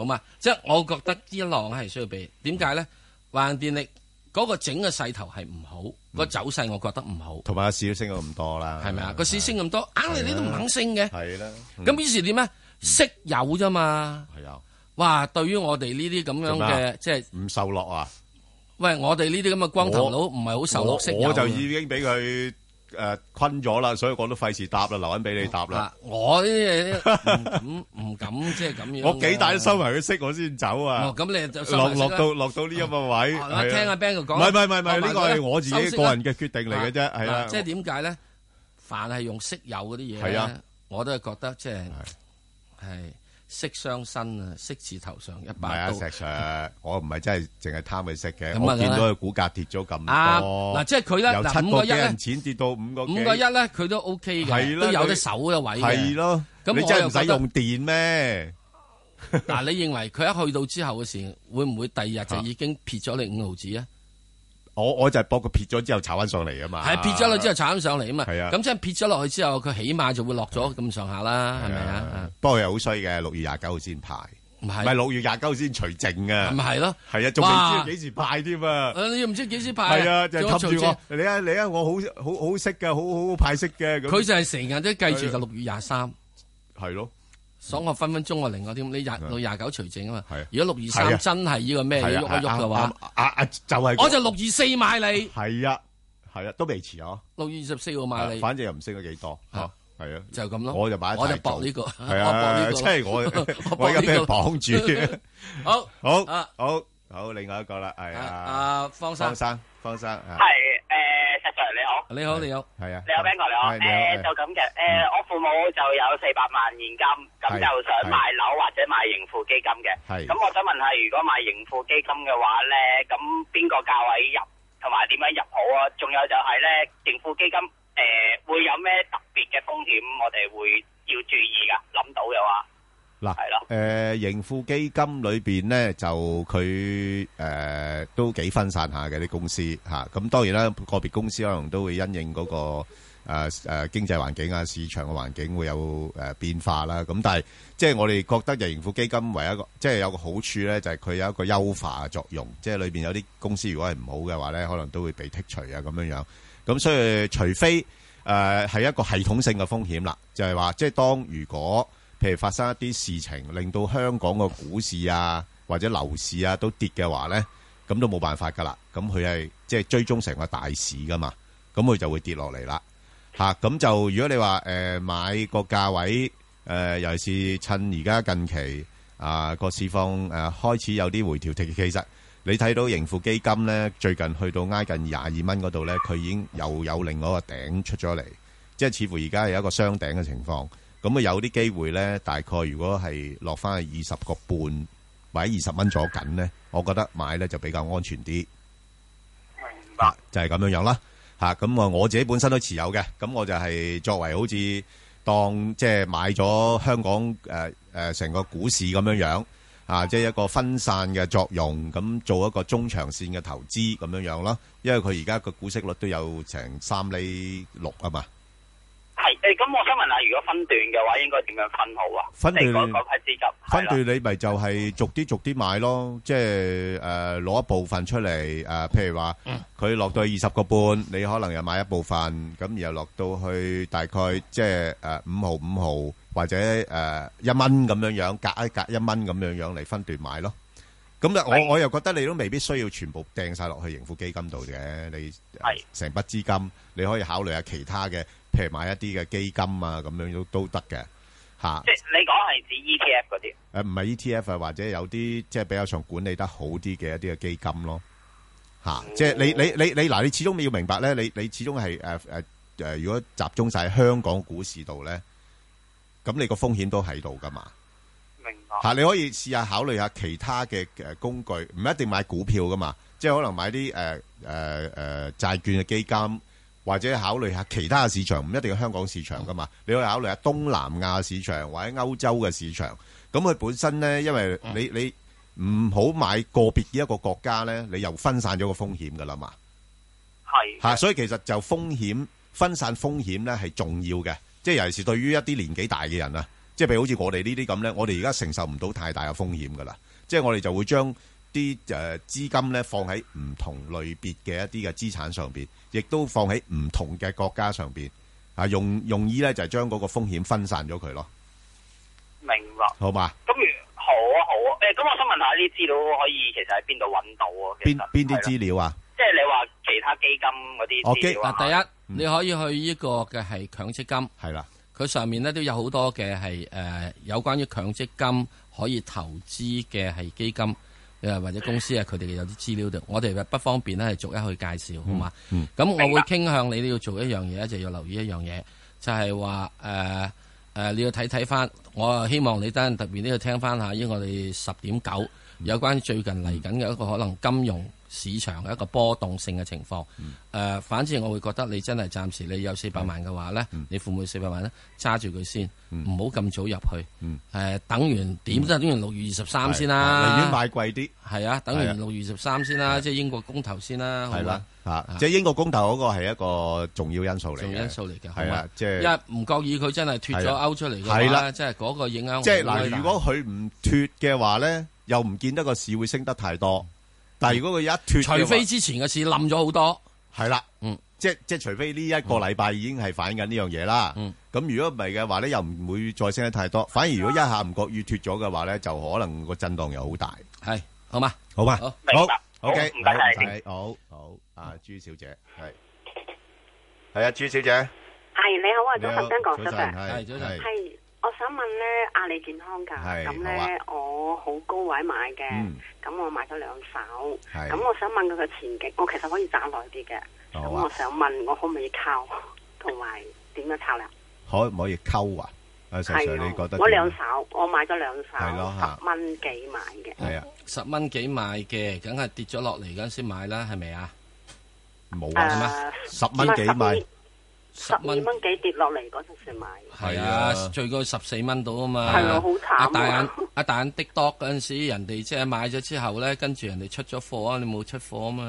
好嘛，即係我覺得呢一浪係需要避，點解咧？橫掂力嗰個整嘅勢頭係唔好，個走勢我覺得唔好，同埋個市都升咗咁多啦，係咪啊個市升咁多，硬係你都唔肯升嘅。係啦，咁於是點咧？息有啫嘛。係啊。哇！對於我哋呢啲咁做樣咩啊嘅，即係唔受落啊！喂，我哋呢啲咁嘅光頭佬我唔係好受落息我我友就嘅已經俾佢誒昆咗啦，所以我都費事答啦，留緊俾你答啦。我呢啲嘢唔敢唔敢即係咁樣嘅。我幾大都收埋佢息，我先走啊！哦咁你就收落埋息啦落到落到呢一個位，哦係我啊聽阿 Ben 佢講唔係唔係唔係，呢個係收埋佢啦我自己收息啦個人嘅決定嚟嘅啫，係嗱啦。即係點解咧？凡係用息友嗰啲嘢係咧啊，我都係覺得即係係息傷身啊，息字頭上一唔係把啊，刀。石 Sir，我唔係真係淨係貪佢息嘅，咁啊我見到佢股價跌咗咁啊多。嗱即係佢咧由嗱七五個個幾一咧銀錢跌到五個幾五個一咧，佢都 OK 係嘅，啦都有佢得守嘅位嘅。係咯，咁你我真係又唔覺使得用電咩？嗱，你認為佢一去到之後嘅時，會唔會第二日就已經撇咗你五毫子啊？我我就係搏佢撇咗之後炒翻上嚟啊嘛。係撇咗落之後炒上嚟啊嘛。係啊咁即係撇咗落去之後，佢起碼就會落咗咁上下啦，係咪啊？不過又好衰嘅，六月廿九號先派，唔係唔係六月廿九號先除淨啊，咪係咯，係啊，仲哇未知幾時派添啊，誒你又唔知幾時派係啊，就仲有氹住曹我，你啊你啊，我好好好識嘅，好好派息嘅，咁佢就係成日都計住就六月廿三，係咯，所以我分分鐘我另外添，你廿六廿九除正啊嘛。如果六二係啊三真係呢個咩係要啊喐一喐嘅話啱，啱啊啊就係我就六二四買你，係啊係啊，都未遲啊，六月二十四號買你。反正又唔升咗幾多嚇。係啊，就咁咯。我就買，我就搏呢個係我搏呢啊，個即係我 我我搏而呢家個俾人綁住。 好， 好，啊好，好，另外一個啦，係啊，啊方生方生，方生，係係誒，石 Sir 你好，你好，你好，係啊，你好 Ben 哥你好，係你好係誒就咁嘅，誒我父母就有四百萬現金，咁係就想係買樓或者買盈富基金嘅，係咁我想問下，如果買盈富基金嘅話咧，咁邊個價位入，同埋點樣入好啊？仲有就係咧，盈富基金誒會有咩特別嘅風險，我哋會要注意噶，諗到嘅話。嗱，誒盈富基金裏邊咧，就佢誒都幾分散下嘅啲公司嚇。咁當然啦，個別公司可能都會因應嗰個誒誒經濟環境啊、市場嘅環境會有誒變化啦。咁但係即係我哋覺得盈富基金唯一一個即係有個好處咧，就係佢有一個優化嘅作用。即係裏邊有啲公司如果係唔好嘅話咧，可能都會被剔除啊咁樣樣。咁所以除非誒、誒係一個系統性嘅風險啦，就係話即係當如果譬如發生一啲事情，令到香港個股市啊或者樓市啊都跌嘅話咧，咁都冇辦法噶啦。咁佢係即係追蹤成個大市噶嘛，咁佢就會跌落嚟啦。嚇、咁就如果你話誒、呃、買個價位誒、呃尤其是趁而家近期啊個、市況誒、呃、開始有啲回調，其其實你睇到盈富基金咧最近去到挨近廿二蚊嗰度咧，佢已經又有另外一個頂出咗嚟，即係似乎而家係一個雙頂嘅情況。咁啊有啲機會咧，大概如果係落翻去二十個半或者二十蚊左緊咧，我覺得買咧就比較安全啲。就係咁樣樣啦。嚇、咁啊我自己本身都持有嘅，咁我就係作為好似當即係買咗香港誒誒成個股市咁樣樣啊，即係一個分散嘅作用，咁做一個中長線嘅投資咁樣樣咯。因為佢而家個股息率都有成三厘六啊嘛。係誒，咁我想問下，如果分段嘅話，應該點樣分好啊？分段即係嗰嗰批資金分段你咪就係逐啲逐啲買咯，即係誒攞一部分出嚟誒、呃譬如話佢落到二十個半，你可能又買一部分，咁然後落到去大概即係誒五毫五毫或者誒一蚊咁樣樣，隔一隔一蚊咁樣樣嚟分段買咯。咁啊我我又覺得你都未必需要全部掟晒落去盈富基金度嘅，你呃成筆資金你可以考慮下其他嘅，譬如買一啲嘅基金啊咁樣都都得嘅嚇。即係你講係指 ETF 嗰啲。誒唔係 ETF 啊，或者有啲即係比較上管理得好啲嘅一啲嘅基金咯，嚇、即係你你你你嗱，你始終你要明白咧，你你始終係誒誒誒，如果集中晒喺香港股市度咧，咁你個風險都喺度噶嘛。明啊白。嚇、你可以試下考慮下其他嘅誒工具，唔一定買股票噶嘛，即係可能買啲誒誒誒債券嘅基金。或者考慮下其他嘅市場，唔一定係香港市場噶嘛。你可以考慮下東南亞市場或者歐洲嘅市場。咁佢本身呢，因為你你唔好買個別嘅一個國家呢，你又分散咗個風險噶啦嘛。係嚇、所以其實就風險分散風險咧係重要嘅，即係尤其是對於一啲年紀大嘅人啊，即係譬如好似我哋呢啲咁咧，我哋而家承受唔到太大嘅風險噶啦，即係我哋就會將啲誒資金咧放喺唔同類別嘅一啲嘅資產上邊，亦都放喺唔同嘅國家上邊啊，用用意咧就係將嗰個風險分散咗佢咯，明白。好嘛？咁如好啊好啊，誒、咁我想問下呢啲資料可以其實喺邊度揾到啊？其邊實邊啲資料啊？即係你話其他基金嗰啲哦資料啊？嗱，第一你可以去呢個嘅係強積金，係啦，佢上面咧都有好多嘅係誒有關於強積金可以投資嘅係基金。誒或者公司啊，佢哋有啲資料度，我哋不方便咧係逐一去介紹，好嘛？嗯咁我會傾向你都要做一樣嘢，就要留意一樣嘢，就係話誒誒，你要睇睇翻。我希望你單特別呢度聽翻下，因為我哋十點九嗯有關於最近嚟緊嘅一個可能金融市場嘅一個波動性嘅情況。誒、嗯呃反正我會覺得你真係暫時你有四百萬嘅話咧，嗯你父母四百萬咧揸住佢先，唔好咁早入去。誒、嗯呃等完點都係等完六月二十三先啦，寧願買貴啲。係啊，等係啊完六月二十三先啦，即係英國公投先啦，好係嘛啦？，嚇，即係英國公投嗰個係一個重要因素嚟嘅，重要因素嚟嘅，好係嘛啊，即係因為唔覺意佢真係脱咗係啊歐出嚟嘅係話啦咧，即係嗰個影響即係好嗱，鬼大如果佢唔脱嘅話咧，又唔見得個市會升得太多。但係如果佢一脱嘅話，嗯除非之前嘅市冧咗好多，係啦，嗯，即係即係除非呢一個禮拜已經係反映緊呢樣嘢啦。嗯，咁如果唔係嘅話咧，又唔會再升得太多。反而如果一下唔覺意脱咗嘅話咧，就可能個震盪又好大。係，好嘛？好嘛？好好好，OK，唔該晒好唔使好好，阿朱小姐係係啊，朱小姐。系你好啊，早晨，香港你好早晨，早晨係早晨係系我想問咧，阿里健康㗎，係啊咁咧、我好高位買嘅，嗯咁、我買咗兩手，係咁我想問佢嘅前景，我其實可以賺耐啲嘅，咁、好啊我想問我可唔可以靠， 同埋點樣策略？可唔可以溝啊？阿石 Sir，啊你覺得我點啊兩手，我買咗兩手，係咯嚇十蚊幾買嘅，係啊，十蚊幾買嘅，梗係跌咗落嚟嗰陣先買啦，係咪啊？冇啊係嘛十蚊幾買十十二蚊蚊幾跌落嚟嗰陣時買，係啊，最高十四蚊到啊嘛。係啊好慘啊阿大眼阿大眼的多嗰陣時，人哋即係買咗之後咧，跟住人哋出咗貨啊，你冇出貨啊嘛。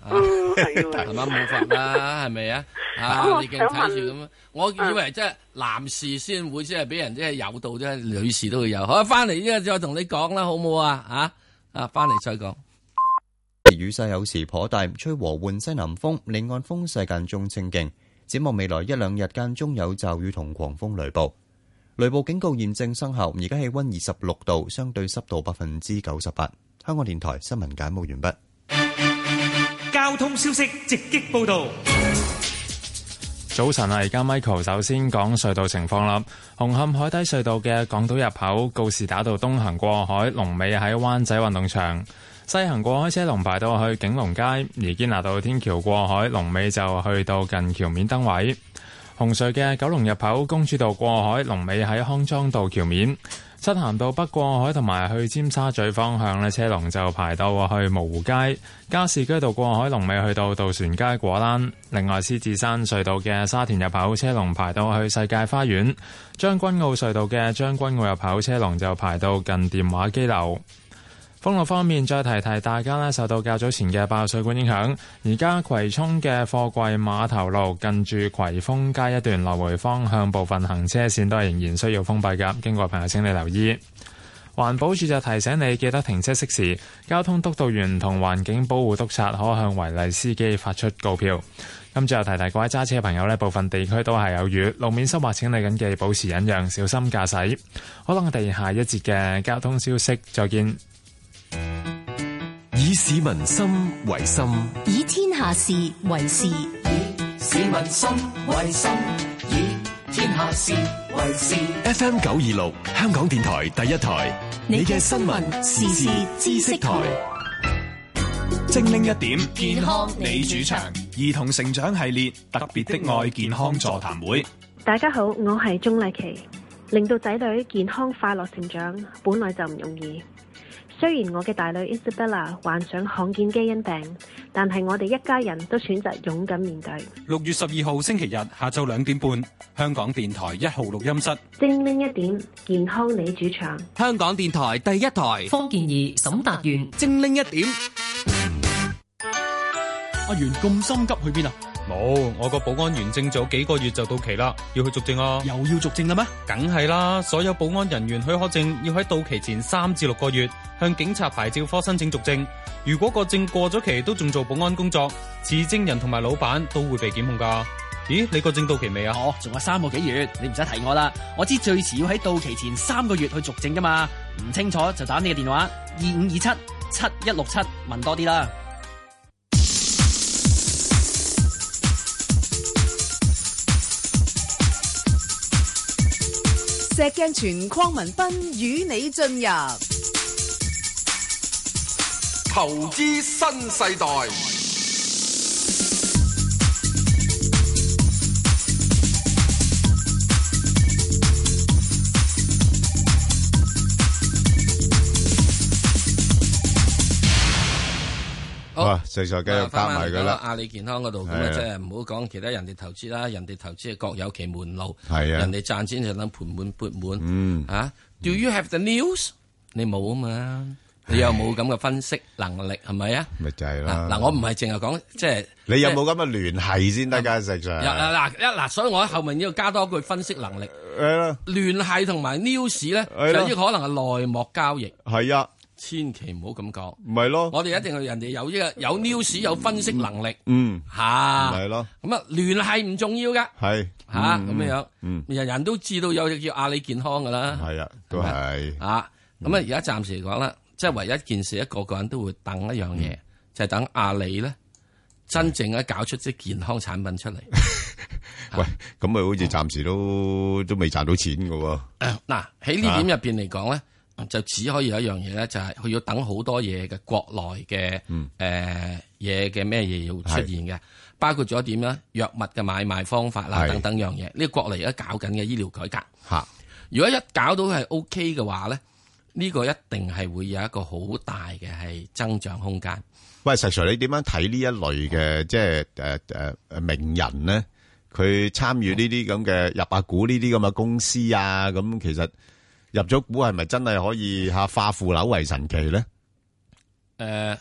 啊 嗯係嘛冇法啦，係咪 啊？咁啊，我你勁睇哦想問住咁啊！我以為即係男士先會即係俾人即係誘導啫，女士都會有。好啊，翻嚟依家再同你講啦，好唔好啊？啊啊，翻嚟再講。雨勢有時頗大，吹和緩西南風，離岸風勢間中清勁。展望未來一兩日間中有驟雨同狂風雷暴。雷暴警告現正生效，而家氣温二十六度，相對濕度百分之九十八。香港電台新聞簡報完畢。交通消息直擊報道。早晨啊，而家 Michael 首先講隧道情況啦。紅磡海底隧道嘅港島入口告士打道東行過海，龍尾喺灣仔運動場；西行過海車龍排到去景隆街，而堅拿道天橋過海龍尾就去到近橋面燈位。紅隧嘅九龍入口公主道過海，龍尾喺康莊道橋面；漆咸道北過海同埋去尖沙咀方向呢，車龍就排到去蕪湖街；加士居道過海龍尾去到渡船街果欄。另外，獅子山隧道嘅沙田入口車龍排到去世界花園；將軍澳隧道嘅將軍澳入口車龍就排到近電話機樓。封路方面，再提提大家咧，受到較早前嘅爆水管影響，而家葵涌嘅貨櫃碼頭路近住葵豐街一段來回方向部分行車線都係仍然需要封閉㗎，經過朋友請你留意。環保署就提醒你記得停車熄匙，交通督導員同環境保護督察可向違例司機發出告票。咁最後提提各位揸車嘅朋友呢，部分地區都係有雨，路面濕滑，請你緊記保持忍讓，小心駕駛。好啦，我哋下一節嘅交通消息再見。以市民心為心，以天下事為事。市民心為心，以天下事為事。 FM 九二六，香港電台第一台，你嘅新聞時事知識台，精靈一點，健康你主場，兒童成長系列特別的愛健康座談會。大家好，我係鍾麗琪，令到仔女健康快樂成長，本來就唔容易。雖然我嘅大女 Isabella 患上罕見基因病，但係我哋一家人都選擇勇敢面對。六月十二號星期日下晝兩點半，香港電台一號錄音室，精靈一點，健康你主場。香港電台第一台，方健儀、沈達元，精靈一點。阿元咁心急去邊啊？冇，我個保安員證仲有幾個月就到期啦，要去續證啊！又要續證啦咩？梗係啦，所有保安人員許可證要喺到期前三至六個月向警察牌照科申請續證。如果個證過咗期都仲做保安工作，持證人同埋老闆都會被檢控㗎。咦，你個證到期未啊？哦，仲有三個幾月，你唔使提我啦。我知最遲要喺到期前三個月去續證㗎嘛，唔清楚就打呢個電話二五二七七一六七問多啲啦。石鏡泉鄺民彬與你進入投資新世代。哇！實在啊繼續搭埋佢啦。阿里健康嗰度咁係啊，啊即係唔好講其他人哋投資啦，人哋投資係各有其門路，係啊人哋賺錢就等盤滿缽滿嗯，啊。Do you have the news？你冇啊嘛，你又冇咁嘅分析能力係咪啊？咪就係啦。嗱，我唔係淨係講即係你有冇咁嘅聯繫先得㗎？實有上嗱一嗱，所以我喺後面要加多一句分析能力。誒聯繫同埋 news 咧，係就咯呢個可能係內幕交易。係啊，千祈唔好咁講。咪咯，我哋一定要人哋有呢個有 news 有分析能力。嗯，吓，咪咯，咁啊聯繫唔重要噶。係吓 Ừ. 嗯啊咁樣樣嗯，人人都知道有隻叫阿里健康噶啦，係啊，都係嗯啊，咁啊而家暫時嚟講啦，即係唯一一件事，一個個人都會等一樣嗯嘢，就係等阿里咧真正咧搞出啲健康產品出嚟。喂，咁咪好似暫時都都未賺到錢㗎喎。嗱喺啊呢點入邊嚟講咧，就只可以有一樣嘢咧，就係佢要等好多嘢嘅國內嘅嗯誒嘢嘅咩嘢要出現嘅，包括咗點咧藥物嘅買賣方法啦係等等樣嘢。呢個國內而家搞緊嘅醫療改革，吓如果一搞到係 OK 嘅話咧，呢個一定係會有一個好大嘅係增長空間。喂，石 Sir，你點樣睇呢一類嘅即係誒誒誒名人咧？佢參與呢啲咁嘅入下股呢啲咁嘅公司啊，咁其實入咗股係咪真係可以吓化腐朽為神奇咧？誒、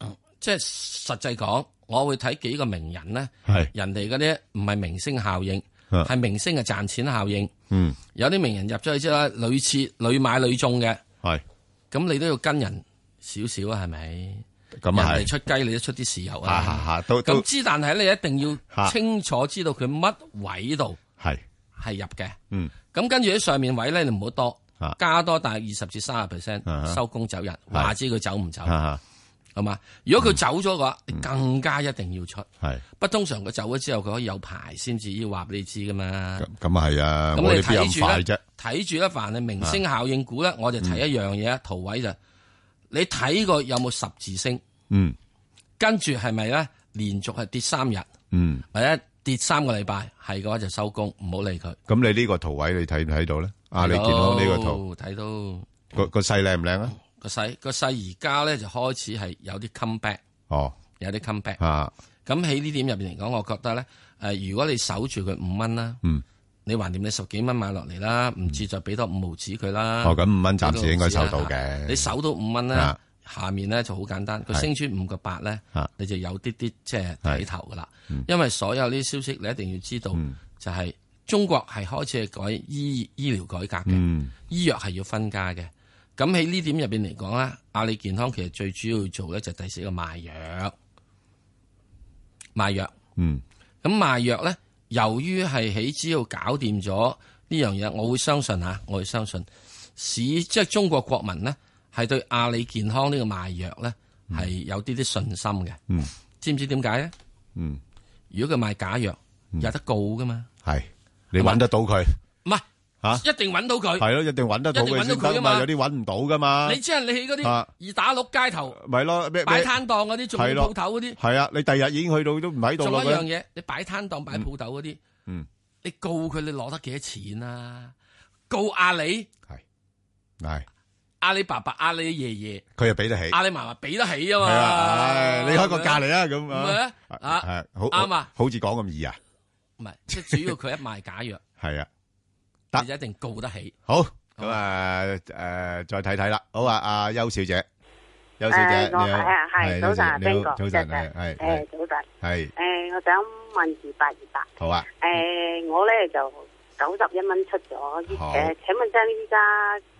嗯即係實際講，我會睇幾個名人咧，係人哋嗰啲唔係明星效應，啊係明星嘅賺錢效應。嗯，有啲名人入咗去之後咧，屢次屢買屢中嘅，係咁你都要跟人少少啊，係咪？咁啊係人哋出雞你都出啲豉油嚇嚇啊嚇，都都咁之，但係你一定要嚇清楚知道佢乜位度係係入嘅。嗯，咁跟住喺上面位咧，你唔好多啊，加多大概二十至三十 percent，啊收工走人，係話知佢走唔走，啊係嘛？如果佢走咗嘅話，你更加一定要出。嗯係不通常佢走咗之後，佢可以有牌先至要話俾你知噶嘛。咁啊係啊，咁我你哋邊有睇咁住快咧啫？，嗯睇住咧，凡係明星效應股咧，我就睇一樣嘢，圖位就你睇過有冇十字星，嗯跟住係咪咧連續係跌三日，嗯，或者跌三個禮拜，係嘅話就收工，唔好理佢。咁你呢個圖位你睇唔睇到咧？啊，你睇健到康呢個圖睇到個個勢靚唔靚啊？個勢個勢而家咧就開始係有啲 come back，哦，有啲 come back。啊，咁喺呢點入邊嚟講，我覺得咧，誒、如果你守住佢五蚊啦，嗯，你橫掂你十幾蚊買落嚟啦，唔至就俾多五毫子佢啦。哦咁五蚊暫時俾多應該毫子啦收到嘅你守到五蚊咧啊，下面咧就好簡單，佢係升穿五個八咧啊，你就有啲啲即係睇頭噶啦嗯。因為所有呢啲消息你一定要知道，就係中國係開始係改醫醫療改革嘅。嗯醫藥係要分家嘅。咁喺呢點入邊嚟講咧，阿里健康其實最主要做咧就係第四個賣藥，賣藥。嗯，咁賣藥咧，由於係起只要搞掂咗呢樣嘢，我會相信嚇，我會相信市即係中國國民呢，係對阿里健康呢個賣藥咧係有啲啲信心嘅。嗯知唔知點解咧？嗯，如果佢賣假藥，有得告噶嘛？係你揾得到佢唔係吓？一定揾到佢。係咯，一定揾得到一定佢揾到先佢得啊嘛有啲揾唔到噶嘛。你即係你喺嗰啊啲二打六街頭咪咯，咩擺咩攤檔嗰啲，仲係有咯鋪頭嗰啲。係啊，你第日已經去到都唔喺度仲啦。有一佢樣嘢，你擺攤檔擺鋪頭嗰啲，嗯，你告佢你攞得幾多錢啊？告阿里、係阿里爸爸、阿里爺佢又俾得爺、起。阿里嫲嫲俾得起啊係啊嘛唉？你開個價嚟啊咁唔啊係啊？啊，係好啱啊！好似講咁易啊，唔係，即係主要佢一賣假 藥，係啊，你就一定告得起。好咁啊誒，再睇睇啦。好啊，阿邱小姐，邱小姐，誒，你我好係啊，係邱早小晨，姐你邊好個？早晨，係係係誒，早晨。係誒，我想問二八二八。好啊。誒，我咧就九十一蚊出咗，好誒，請問真依家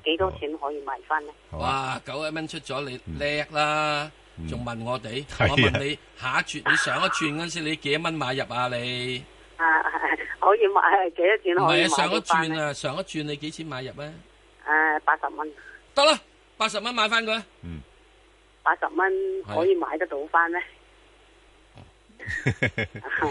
幾多錢可以買翻咧？啊哇，九一蚊出咗嗯你叻啦，仲問我哋？係啊我問你下一轉，你上一轉嗰陣時你幾多蚊買入啊？你啊， 可以買幾唔多錢可係以買啊，上一到翻轉咧？啊，上一轉你幾錢買入啊？誒，八十蚊，得啦，八十蚊買翻佢啊。八十蚊可啊以買得到翻咧？哦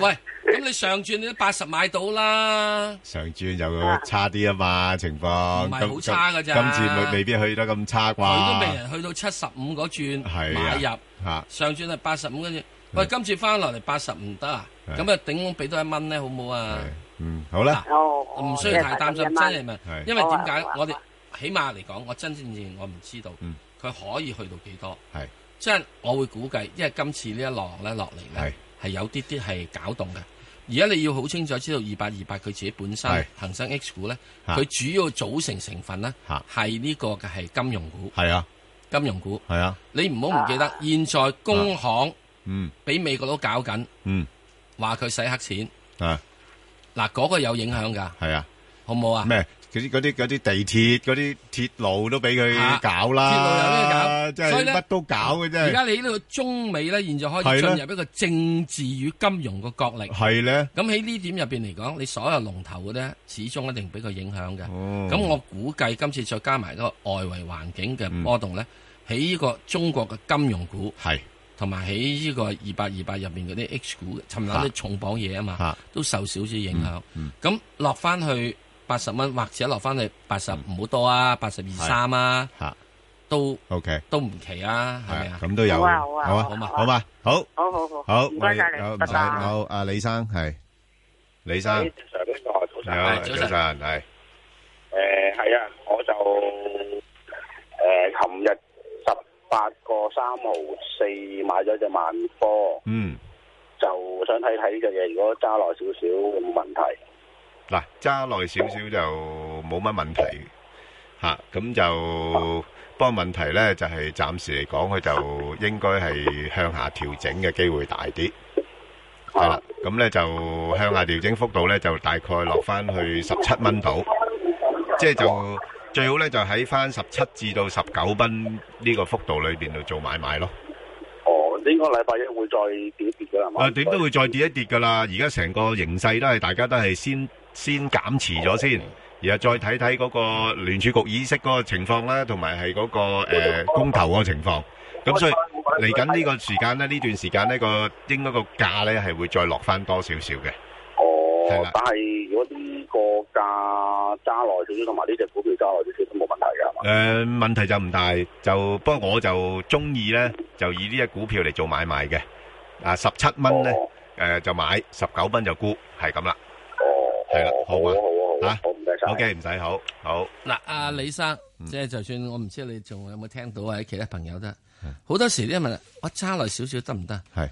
喂，咁你上轉你都八十買到啦，上轉又差啲啊嘛，情況唔係咁好差㗎咋今次未未必去得咁差啩。佢都未人去到七十五嗰轉係買入，啊上轉係八十五跟住，喂，今次翻落嚟八十唔得啊，係咁啊頂多俾多一蚊咧，好唔好啊？嗯，好啦，哦唔需要太擔心，真係咪係？因為點好啊解好啊我哋起碼嚟講，我真真正正我唔知道佢可以去到幾多，嗯係即係我會估計，因為今次呢一浪咧落嚟咧係有啲啲係搞動嘅。而家你要好清楚知道二八二八佢自己本身係恒生 H 股咧，嚇佢主要組成成分咧嚇係呢個嘅係金融股，係啊，金融股。係啊，你唔好唔記得，現在工行嗯俾美國佬搞緊，嗯話佢洗黑錢，啊，嗱嗰個有影響㗎。係啊，好唔好啊？咩？嗰啲嗰啲嗰啲地鐵嗰啲鐵路都俾佢搞鐵路有咩啦，搞？真所係以咧乜都搞嘅真係。而家你呢個中美咧，現在開始係啦進入一個政治與金融嘅角力。係咧，咁喺呢點入邊嚟講，你所有龍頭嘅咧，始終一定俾佢影響嘅。咁我估計今次再加埋嗰個外圍環境嘅波動咧，喺呢個中國嘅金融股嗯係同埋喺呢個二八二八入邊嗰啲 H 股，尋日啲嚇重磅嘢啊嘛嚇，都受少少影響嗯。咁落翻去八十蚊，或者落翻去八十唔好多啊，八十二三啊，嗯嚇都 OK 都唔奇啊，係咪啊？咁都有，好啊好啊好啊，好好啊嘛，好，好好好好，唔該晒你我哋好唔拜使，拜好，阿李生係，李生，喂常呢個早晨，係早晨，係，誒係啊，我就誒琴日十八個三毫四買咗只萬科，嗯，就想睇睇呢只嘢，如果揸耐少少有冇問題？嗱，揸耐少少就冇乜問題，吓，咁就，不過問題咧就係暫時嚟講，佢就應該係向下調整嘅機會大啲。系啦，咁咧就向下調整幅度咧就大概落翻去十七蚊度，即係就最好咧就喺翻十七至到十九蚊呢個幅度裏邊度做買賣咯。哦，應該禮拜一會再跌一跌㗎啦，係嘛？啊，點都會再跌一跌噶啦。而家成個形勢都係大家都係先先減持咗哦先，然後再睇睇嗰個聯儲局議息嗰個情況啦，同埋係嗰個誒公投嗰個情況。咁所以嚟緊呢個時間咧，呢段時間呢個應該個價咧係會再落翻多少少嘅。係啦但係如果呢個價揸耐少少，同埋呢只股票揸耐少少都冇問題㗎，係嘛？誒、問題就唔大，就不過我就中意咧，就以呢只股票嚟做買賣嘅。啊，十七蚊咧，誒、就買，十九蚊就沽，係咁啦。哦，係啦，好啊，好啊，好啊，唔該晒。O K，唔使好，好。嗱，阿李生，嗯即係就算我唔知你仲有冇聽到或啊者其他朋友都係，嗯好多時啲人問我揸耐少少得唔得？係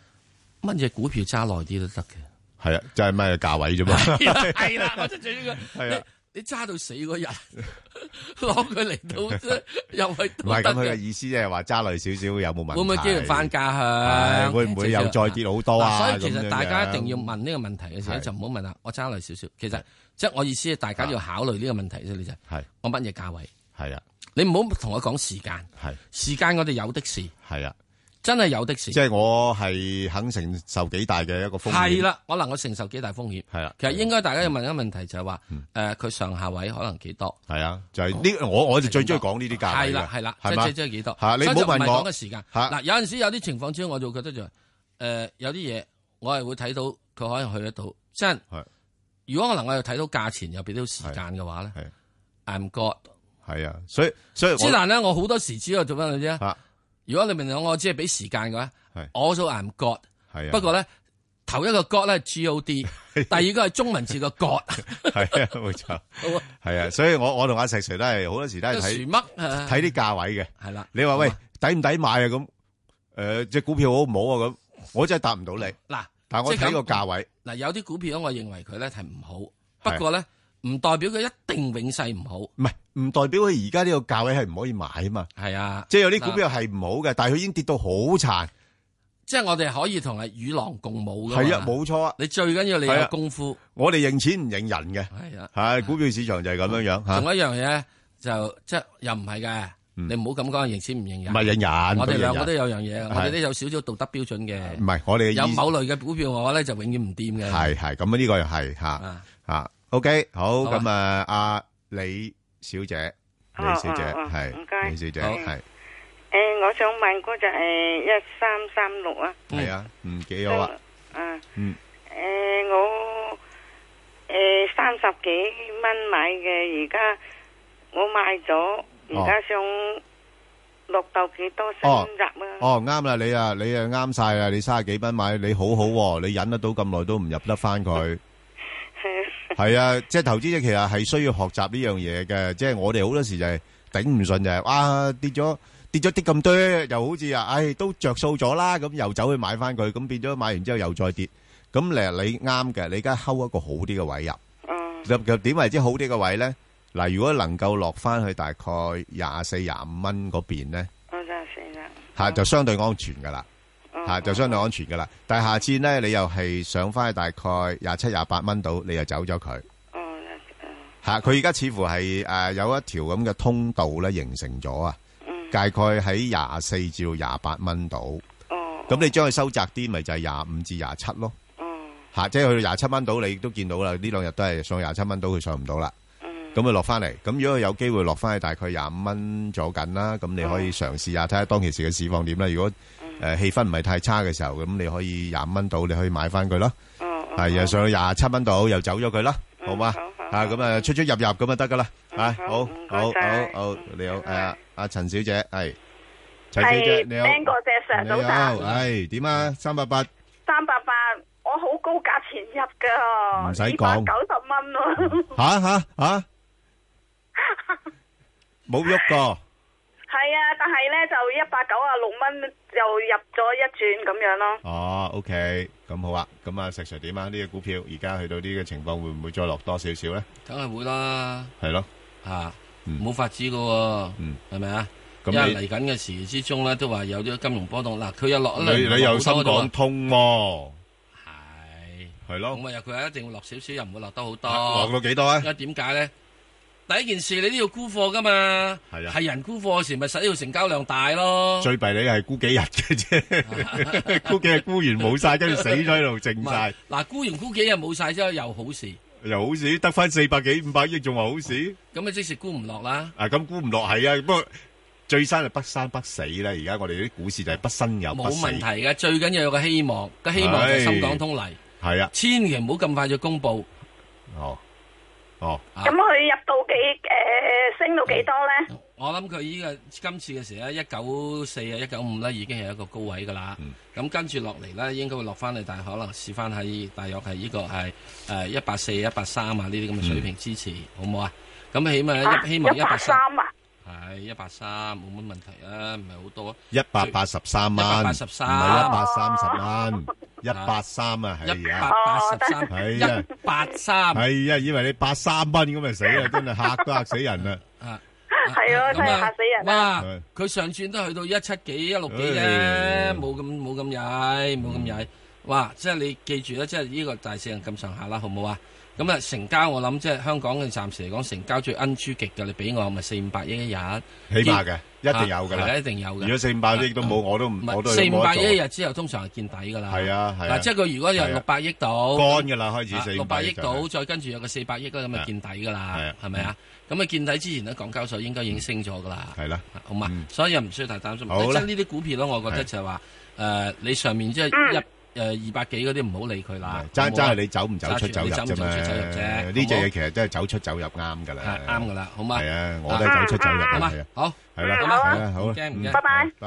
乜嘢股票揸耐啲都得嘅。係啊，就係咩價位啫 嘛。 係啦，我就最呢個。係啊你你揸到死嗰日， 攞佢 嚟到啫，又係啊唔係咁，佢嘅意思即係話揸耐少少有冇問題？會唔會叫人翻家係鄉？會唔會又再跌好多啊嗱所以其咁樣實大家一定要樣問呢個問題嘅時候，係就唔好問啦。我揸耐少少，其實即係我意思，大家要考慮呢個問題啫。你就係我乜嘢價位？係啊，你唔好同我講時間。係時間，我哋有的是。係啊，真係有的是。即係我係肯承受幾大嘅一個風險。係啦，我能夠承受幾大風險。係啦，啊嗯其實應該大家要問一個問題就係話，誒佢上下位可能幾多？係啊，就係呢個我我就最中意講呢啲價位係㗎啦係啦，即係嘛係即係幾多？嚇你唔好所以就係問我講嘅時間。嚇嗱有陣時有啲情況之下，我就覺得就誒有啲嘢我係會睇到佢可能去得到，即係如果我能夠睇到價錢又俾到時間嘅話咧，I'm God。係啊，所以所以我之但咧，我好多時只有做翻佢啫嚇。啊如果你問我，我只係俾時間嘅話係，我數 I'm God。係啊不過咧，頭一個 God 咧係 G O D，第二個係中文字個 God。係啊，冇錯。好啊 係啊，所以我我同阿石 Sir 都係好多時都係即係睇薯嘜啊睇啲價位嘅。係啦你話喂抵唔抵買啊？咁诶，只股票好唔好啊？咁我真係答唔到你。嗱，但我即係睇咁個價位嗱，有啲股票我認為佢咧係唔好，不過咧唔代表佢一定永世唔好。唔係唔代表佢而家呢個價位係唔可以買啊嘛。係啊，即係有啲股票係唔好嘅，但係佢已經跌到好殘。即係我哋可以同係與狼共舞嘅。係啊，冇錯啊。你最緊要你係有啊功夫。我哋認錢唔認人嘅。係啊，係股票市場就係咁樣樣吓。仲有一樣嘢呢就即係又唔係嘅，你唔好咁講認錢唔認人。唔係認人我哋唔係認人兩個都有樣嘢，係我哋都有少少道德標準嘅。唔係我哋嘅意有某類嘅股票，我咧就永遠唔掂嘅。係係咁啊，呢個又係吓吓。OK，好好啊咁啊，阿李小姐，李小姐哦哦係唔該李小姐好係嗯诶，我想问嗰只诶一三三六啊，係啊，唔幾好啊，啊，嗯，诶、我诶三十几蚊买嘅，而家我卖咗，而家想落到几多先哦入啊？哦啱啦，你啊你啊啱晒啦，你三十幾蚊買，你好好喎，你忍得到咁耐都唔入得翻佢。 係啊，即係投資者其實係需要學習呢樣嘢嘅，即係我哋好多時就係頂唔順就係哇跌咗跌咗啲咁多，又好似啊，唉都着數咗啦，咁又走去買翻佢，咁變咗買完之後又再跌，咁你你啱嘅，你而家睺一個好啲嘅位入，入入點為之好啲嘅位咧？嗱，如果能夠落翻去大概廿四廿五蚊嗰邊咧。 我就死啦，吓就相對安全噶啦，嗯哦吓就相對安全噶啦。但係下次咧，你又係上翻去大概廿七、廿八蚊度，你又走咗佢。哦吓，佢而家似乎係诶有一條咁嘅通道咧形成咗啊，大概喺廿四至到廿八蚊度。嗯哦，咁你將佢收窄啲，咪就係廿五至廿七咯。吓，即係去到廿七蚊度，你都見到啦。呢兩日都係上廿七蚊度，佢上唔到啦。咁佢落翻嚟，咁如果佢有機會落翻去大概廿五蚊左緊啦，咁你可以嘗試下睇下當其時嘅市況點啦。如果誒氣氛唔係太差嘅時候，咁你可以廿五蚊到，你可以買翻佢咯。係又上到廿七蚊到，又走咗佢啦，好嘛？啊，咁啊出出入入咁就得噶啦。啊，好好好好，你好，誒啊阿陳小姐係陳小姐係你好， Ben 哥謝 Sir，你早好，晨係點啊？三百八。三百八，我好高價錢入噶，唔使九講嗯十蚊咯，吓吓吓，冇喐過，係啊，但係咧就一百九啊六蚊又入咗一轉咁樣咯。哦，OK，咁 Ờ, 好啊，咁啊，石 Sir 點啊？呢個股票而家去到呢個情況，會唔會再落多少少咧？梗係會啦。係咯，吓，Ừ. 冇法子噶，係咪啊？咁因你為嚟緊嘅時之中咧，都話有啲金融波動。嗱，佢又落一你你又深港講，通喎，係係咯，咁啊，佢一定會落少少，又唔會落得好多。落到幾多啊因為點解咧？第一件事你都要沽貨噶嘛，係啊係人沽貨嗰時咪使要成交量大咯。最弊你係沽幾日嘅啫，沽幾日沽完冇晒，跟住死咗喺度唔靜係晒，嗱，沽完沽幾日冇晒之後又好事，又好似得翻四百幾五百億，仲話好事。咁啊即時沽唔落啦。啊，咁估唔落係啊，不過最生係不生不死啦。而家我哋啲股市就係不生有不冇死，問題嘅，最緊要有個希望，個希望就係深港通嚟，係啊，千祈唔好咁快就公佈。哦，哦，咁佢入到幾诶、升到幾多咧？我諗佢依個今次嘅時咧，一九四啊，一九五咧已經係一個高位噶啦。嗯咁、跟住落嚟咧，應該會落翻嚟，但係可能試翻喺大約係呢個係誒一八四、一八三啊呢啲咁嘅水嗯平支持，好唔好啊？咁起碼一希望一八三三啊，係一八三冇乜問題啊，唔係好多啊。一百八十三蚊，唔係183一百三十蚊，一百三啊，係啊， 183係啊，八三係啊，以為你八三蚊咁咪死啊，真係嚇都嚇死人啦。啊係咯，真係嚇死人啊哇啦！！佢上轉都去到一七幾、一六幾啫唉，冇咁冇咁曳，冇咁嗯曳。哇！即係你記住啦，即係呢個大市係咁上下啦，好唔好啊？咁啊，成交我諗即係香港嘅暫時嚟講，成交最恩珠極嘅，你俾我咪四五百億一日，起碼嘅，一定有噶啊係啦，啊一定有嘅。如果四五百億都冇，我都唔，我都四冇得五百億做啊一日之後，通常係見底噶啦。係啊係啊嗱，即係佢如果有係啊六百億到，啊乾㗎啦開始400六百億就係到，再跟住有個四百億啦，咁係咪啊嗯見底噶啦，係咪啊？咁啊見底之前咧，港交所應該已經升咗噶啦。係啦，嗯好嘛，所以又唔需要太擔心。好啦即係呢啲股票咧，我覺係得就係話誒，你上面即係一。誒二百幾嗰啲唔好理佢啦，爭好唔好爭啊係你走唔走出揸住走入你走唔啫走嘛，出走入啫，呢隻嘢好唔好其實真係走出走入啱噶啦，係啱噶啦，好嘛？係啊，我都係走出走入好嘛係啊，好係啦，好啊係啦，好唔啦驚唔嗯驚，拜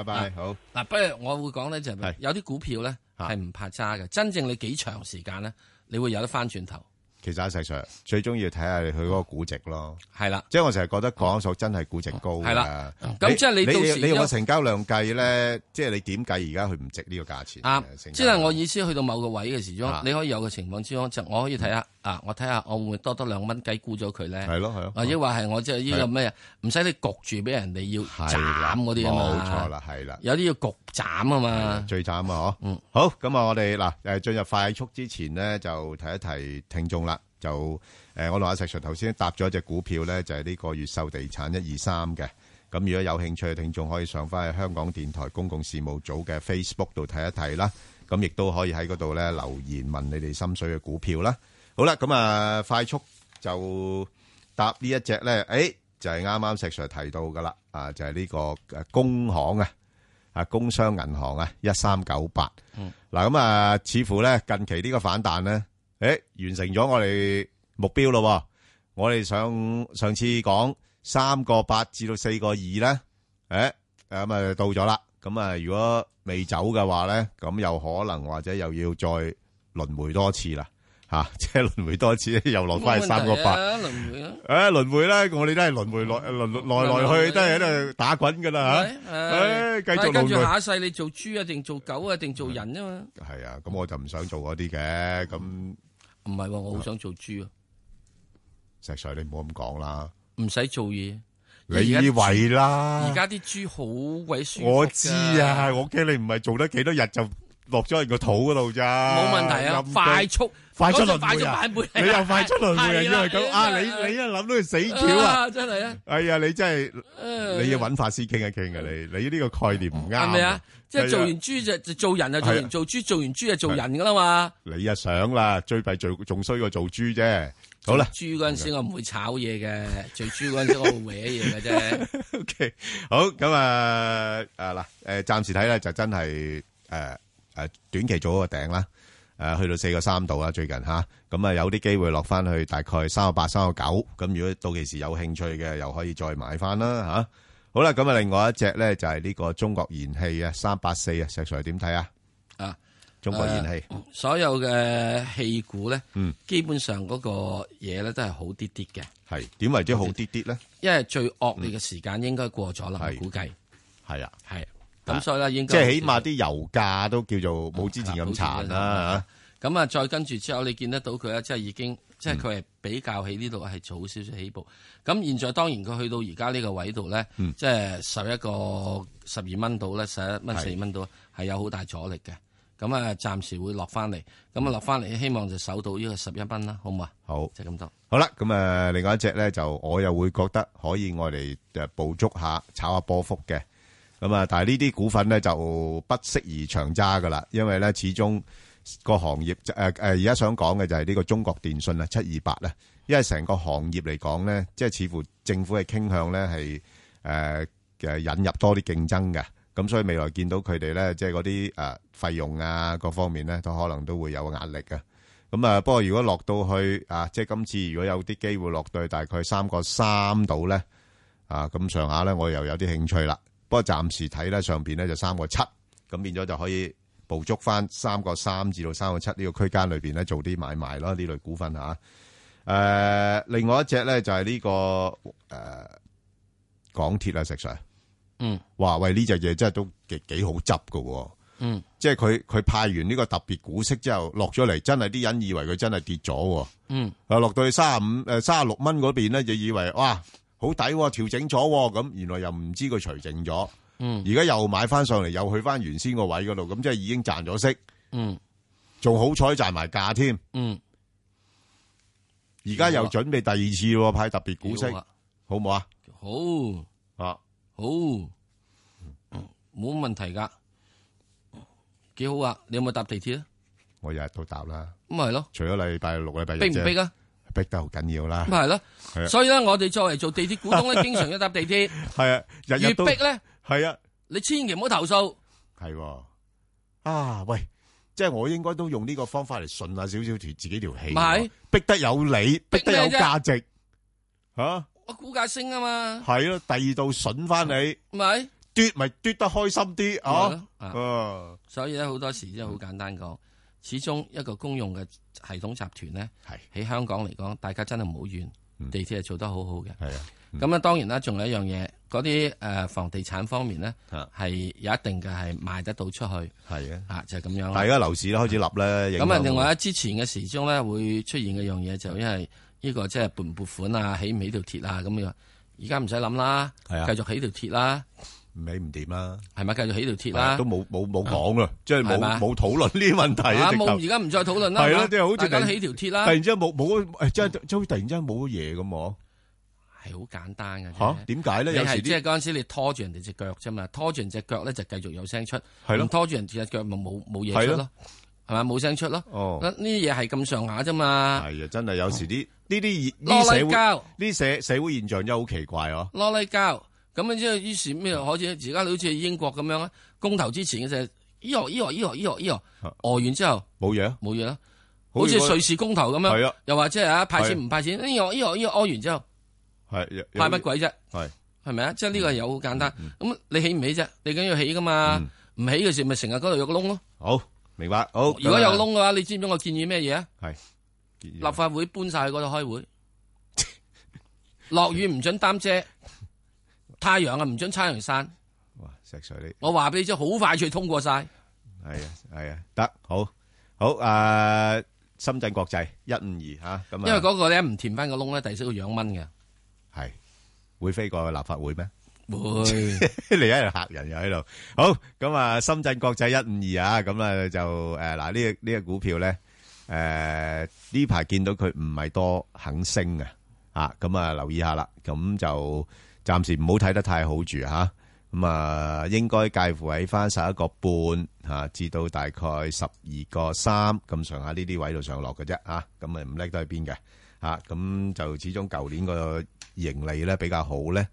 拜，好。啊嗱，不如我會講咧，就係有啲股票咧係唔怕揸嘅，真正你幾長時間咧，你會有得翻轉頭。其實阿石 Sir 最中意睇下佢嗰個估值咯，係啦，即係我成日覺得港數真係估值高㗎係啦咁即係你到時你用因為個成交量計咧，即係你點計而家佢唔值呢個價錢？啱，成啊即交係量我意思去到某個位嘅時啊鐘，你可以有個情況之中，就我可以睇下啊，我睇下我會唔會多多兩蚊雞沽咗佢咧？係咯係咯啊，抑或係我即係呢個咩？啊唔使你焗住俾人哋要斬嗰啲啊嘛。冇錯啦，係啦，有啲要焗斬啊嘛。最慘啊！嗬，嗯，好，咁啊，我哋嗱誒進入快速之前咧，就提一提聽眾啦。就誒，我同阿石 Sir 頭先搭咗一隻股票咧，就係呢個越秀地產一二三嘅。咁如果有興趣嘅聽眾，可以上翻去香港電台公共事務組嘅 Facebook 度睇一睇啦。咁亦都可以喺嗰度咧留言問你哋心水嘅股票啦。好啦，咁啊，快速就搭呢一隻咧，誒就係啱啱石 Sir 提到噶啦，啊就係呢個誒工行啊。啊工商銀行啊，一三九八。嗱咁啊，似乎咧近期呢個反彈咧，诶完成咗我哋目標咯喎。我哋上上次講三個八至到四個二咧，诶咁啊到咗啦。咁啊，如果未走嘅話咧，咁有可能或者又要再輪迴多次啦。吓、 即係輪迴多次，又落翻去三個八。冇問題啊輪迴啊诶，轮回咧，我哋都系轮回来轮来来去都系喺度打滾噶啦吓，诶，继但续係跟轮住回。下一世你做豬啊，定做狗啊，定做人啊嘛。系啊，咁我就唔想做嗰啲嘅，咁唔系喎，我好想做豬啊！石 Sir，你唔好咁講啦，唔使做嘢，你以為啦？而家啲豬好鬼舒服㗎我知啊，我驚你唔係做得幾多日就落咗人個肚嗰度咋？冇問題啊陰，公快速快速輪嗰陣迴啊快速版本你又快速輪迴啊，因為咁啊，你你你一諗到佢死橋啊！真係啊！哎呀，你真係唉你要揾法師傾一傾啊！你你呢個概念唔啱係啊咪啊？即係做係完啊豬就就做人啊，做係啊完做豬，做完豬就做人噶啦嘛。你啊想啦，最弊做仲衰過做豬啫。好 啦，豬嗰陣時我唔會炒嘢嘅，做豬嗰陣時我會搲嘢嘅啫。 好咁啊啊嗱，诶，暂时睇咧就真係诶诶，短期做嗰個頂啦，诶，去到四個三度啦，最近吓，咁啊有啲機會落翻去大概三個八、三個九，咁如果到期時有興趣嘅，又可以再買翻啦吓。好啦，咁啊，另外一隻咧就係呢個中國燃氣啊，三八四啊，石 Sir 點睇啊？啊，中國燃氣呃所有嘅氣股咧嗯，基本上嗰個嘢咧都係好啲啲嘅，係點為之好啲啲咧？因為最惡劣嘅時間應該過咗啦，我估計係啊，係咁，所以咧應即該係起碼啲油價都叫做冇之前咁殘啦咁啊，再跟住之後，你見得到佢啊咧，即係已經，嗯即係佢係比較喺呢度係早少少起步。咁現在當然佢去到而家呢個位度咧，嗯即係十一個十二蚊度咧，十一蚊四蚊度係有好大阻力嘅。咁啊，暫時會落翻嚟，咁啊落翻嚟，希望就守到呢個十一蚊啦，好唔好啊？嗯好，就咁多。好啦，咁啊，另外一隻咧就我又會覺得可以我嚟誒捕捉下，炒下波幅嘅。咁啊，但係呢啲股份咧就不適宜長揸噶啦，因為咧始終個行業誒誒而家想講嘅就係呢個中國電信啊七二八咧，因為成個行業嚟講咧，即係似乎政府嘅傾向咧係誒誒引入多啲競爭嘅，咁所以未來見到佢哋咧即係嗰啲誒費用啊各方面咧都可能都會有壓力嘅。咁啊，不過如果落到去啊，即係今次如果有啲機會落到去大概三個三度咧，啊咁上下咧，我又有啲興趣啦。不過暫時睇咧上邊咧就三個七，咁變咗就可以捕捉翻三個三至到三個七呢個區間裏邊咧做啲買賣咯，呢類股份嚇。誒、啊，另外一隻咧就係呢、個誒、港鐵啊，石 Sir，嗯，哇喂，呢隻嘢真係都幾幾好執㗎喎。嗯，即係佢佢派完呢個特別股息之後落咗嚟，真係啲人以為佢真係跌咗喎。嗯，啊落到去三十五呃誒三十六蚊嗰邊咧，就以為哇好抵喎，調整咗喎咁，原來又唔知佢除淨咗。嗯，而家又買翻上嚟，又去翻原先個位嗰度，咁即係已經賺咗息，嗯，仲好彩賺埋價添。嗯，啊而家又準備第二次喎，派特別股息幾好啊，好唔好啊？好啊，好，冇問題噶，幾好啊！你有冇搭地鐵啊？我日日都答啦，咁咪係咯，除咗禮拜六、禮拜日逼唔啫逼啊？逼得好緊要啦，咁咪係咯係啊。所以咧，我哋作為做地鐵股 東咧，經常要搭地鐵，係啊，日越日都逼咧，係啊，你千祈唔好投訴。係喎啊，喂，即係我應該都用呢個方法嚟順下少少條自己條氣喎，咪係逼得有理，逼得有咩啫價值，吓我股價升啊嘛，係咯，第二度筍翻你，咪嘟咪嘟得開心啲啊咯，啊啊所以咧好多時即係好簡單講，始終一個公用嘅系統集團咧，喺香港嚟講，大家真係唔好怨，地鐵係做得好好嘅。嗯係啊，咁啊當然啦，仲有一樣嘢，嗰啲誒房地產方面咧，係有一定嘅係賣得到出去。啊係啊，啊就係咁樣啦。大家樓市咧開始立咧，影響咁啊，到另外咧，之前嘅時鐘咧會出現嘅樣嘢就因為呢個即係撥唔撥款啊，起唔起條鐵啊咁樣。而家唔使諗啦，係啊繼續起條鐵啦，唔起唔掂啦，係咪？繼續起條鐵係啊啦，都冇冇冇講啦，即係冇係嘛冇討論呢啲問題啊啊，直頭冇而家唔再討論啦，係咯嘛即係好似大家突都然起條鐵啦，突然之間冇冇，誒即係即係好似突然之間冇咗嘢咁喎。係好簡單嘅啫。嚇點解咧你有時係啲即係嗰陣時你拖住人哋只腳啫嘛，拖住人只腳咧就繼續有聲出，係咯唔拖住人隻腳咪冇冇嘢係出咯咯，係咪冇聲出咯？哦呢啲嘢係咁上下啫嘛。係啊，真係有時啲呢啲呢攞嚟社交會呢社社會現象真係好奇怪哦。攞嚟交，咁啊之後於是咩開始？而家你好似英國咁樣啊，公投之前嘅就係醫學醫學醫學醫學醫學，餓完之後冇嘢啊，冇嘢啦，好好似似我瑞士公投咁係啊樣，又或者係啊派係錢唔派錢，醫學醫學醫學屙完之後係有有派乜鬼啫？係嗯係咪啊？即係呢個又好簡單。咁你起唔起啫？你梗要起噶嘛，唔起嘅時咪成日嗰度有個窿咯。好明白好。如果有窿嘅話，你知唔知我建議咩嘢啊？係立法會搬晒去嗰度開會，落雨唔准擔遮，太陽啊唔准太陽傘。哇！石 Sir 你我話俾你知，好快脆通過晒。係啊係啊，得好好誒，深圳國際一五二嚇咁啊，因為嗰個咧唔填翻個窿咧，第四個養蚊嘅。係會飛過去立法會咩？會你喺度嚇人又喺度。好咁啊，深圳國際一五二啊，咁啊就誒嗱呢個呢個股票咧誒呢排見到佢唔係多肯升啊，啊咁啊留意下啦。咁就暫時唔好睇得太好住嚇。咁啊，應該介乎喺翻十一個半嚇，至到大概十二個三咁上下呢啲位度上落嘅啫嚇，咁啊唔叻都喺邊嘅嚇，咁、就始終舊年個盈利咧比較好咧，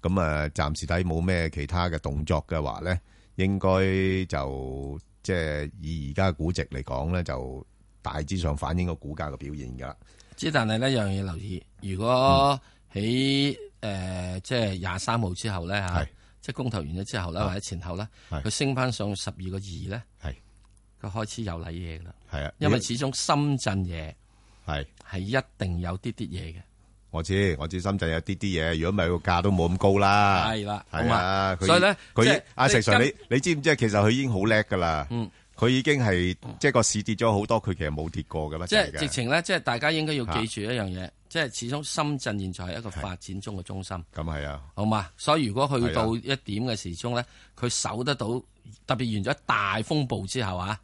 咁啊暫時睇冇咩其他嘅動作嘅話咧，應該就即係以而家嘅估值嚟講咧，就大致上反映個股價嘅表現㗎啦。之但係呢樣嘢留意，嗯如果喺誒即係廿三號之後咧嚇，即係公投完咗之後啊咧，或者前後咧，係佢升翻上十二個二咧，係佢開始有禮嘢㗎啦。係啊，因為始終深圳嘢係係一定有啲啲嘢嘅。我知，我知深圳有啲啲嘢，如果唔係個價都冇咁高啦。係啦係啊，好嘛佢所以呢佢即係阿即石係 Sir，今你你知唔知？其實佢已經好叻噶啦。嗯，佢已經係即係個市跌咗好多，佢其實冇跌過噶啦。即係直情咧，即係大家應該要記住一樣嘢，即係始終深圳現在係一個係發展中嘅中心。咁係啊，好嘛？所以如果去係到啊一點嘅時鐘咧，佢守得到特別完咗大風暴之後啊，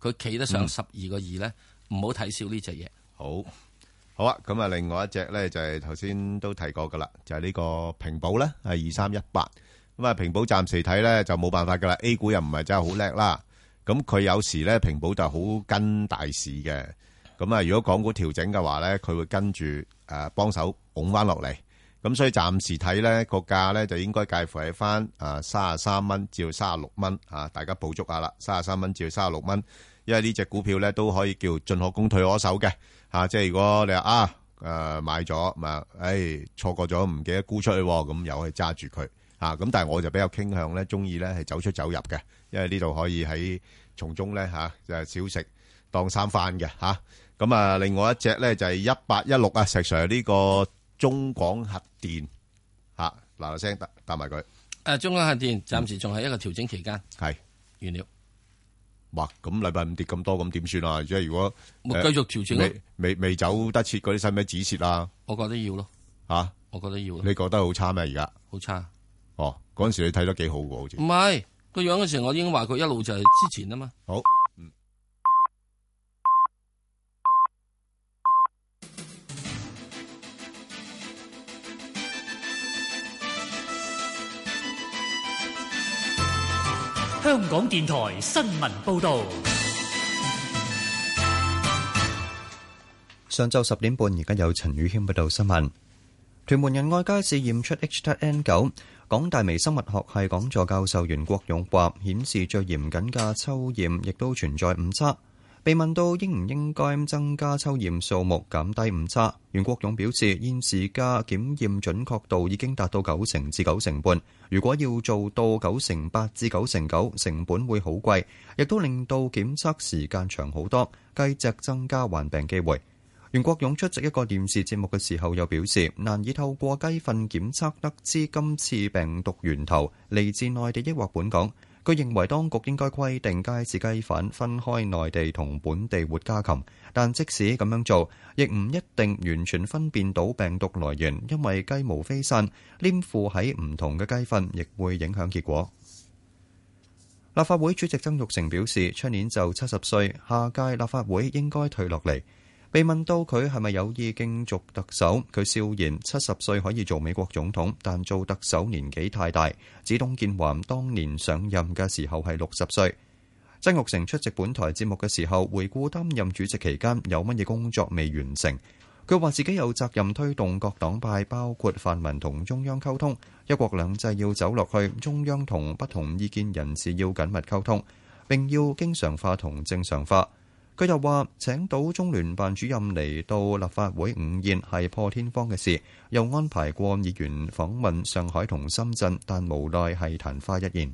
佢企得上嗯十二個二咧，唔好睇少呢只嘢。好，好啊，咁啊，另外一隻咧就係頭先都提過噶啦，就係呢個平保咧，係二三一八。咁啊，平保暫時睇咧就冇辦法噶啦，A 股又唔係真係好叻啦。咁佢有時咧平保就好跟大市嘅。咁啊，如果港股調整嘅話咧，佢會跟住誒幫手拱翻落嚟。咁所以暫時睇咧個價咧就應該介乎喺翻啊三十三蚊至到三十六蚊啊，大家捕捉下啦，三十三蚊至到三十六蚊，因為呢只股票咧都可以叫進可攻退可守嘅嚇、啊即係如果你話啊誒、買咗咪，誒、錯過咗唔記得沽出去喎，咁又可以揸住佢啊嚇。咁、但係我就比較傾向咧，中意咧係走出走入嘅，因為呢度可以喺從中咧嚇、就係小食。當三番嘅吓。咁啊，另外一隻咧就係一八一六啊，石 Sir 呢個中廣核電吓，嗱嗱聲答答埋佢誒，中港核電暫時仲係一個調整期間，係完了。哇，咁禮拜五跌咁多，咁點算啊？即係如果咪誒繼續調整咯未未未走得切嗰啲，使唔使止蝕啊？我覺得要咯，吓，我覺得要。你覺得好差咩？而家好差哦，嗰阵时你睇得幾好喎，好似唔係個樣嗰時，我已經話佢一路就係之前啊嘛。好，香港電台新聞報導，上晝十點半，而家有陳宇軒報道新聞。屯門仁愛街試驗出 H7N9，港大微生物學系講座教授袁國勇話：顯示最嚴謹嘅抽驗亦都存在誤差。被問到應唔應該增加抽驗數目減低誤差，袁國勇表示現時嘅檢驗準確度已經達到九成至九成半，如果要做到九成八至九成九，成本會好貴，亦都令到檢測時間長好多，繼續增加患病機會。袁國勇出席一個電視節目嘅時候，又表示難以透過雞糞檢測得知今次病毒源頭嚟自內地抑或本港。佢認為當局應該規定街市雞販分開內地同本地活家禽，但即使咁樣做，亦唔一定完全分辨到病毒來源，因為雞毛飛散，黏附喺唔同嘅雞糞，亦會影響結果。立法會主席曾玉成表示，出年就七十歲，下屆立法會應該退落嚟。被問到佢係咪有意競逐特首，佢笑言七十歲可以做美國總統，但做特首年紀太大。指董建華當年上任嘅時候係六十歲。曾玉成出席本台節目嘅時候，回顧擔任主席期間有乜嘢工作未完成。佢話自己有責任推動各黨派，包括泛民同中央溝通，一國兩制要走落去，中央同不同意見人士要緊密溝通，並要經常化同正常化。佢又話：請到中聯辦主任嚟到立法會午宴係破天荒嘅事，又安排過議員訪問上海同深圳，但無奈係曇花一現。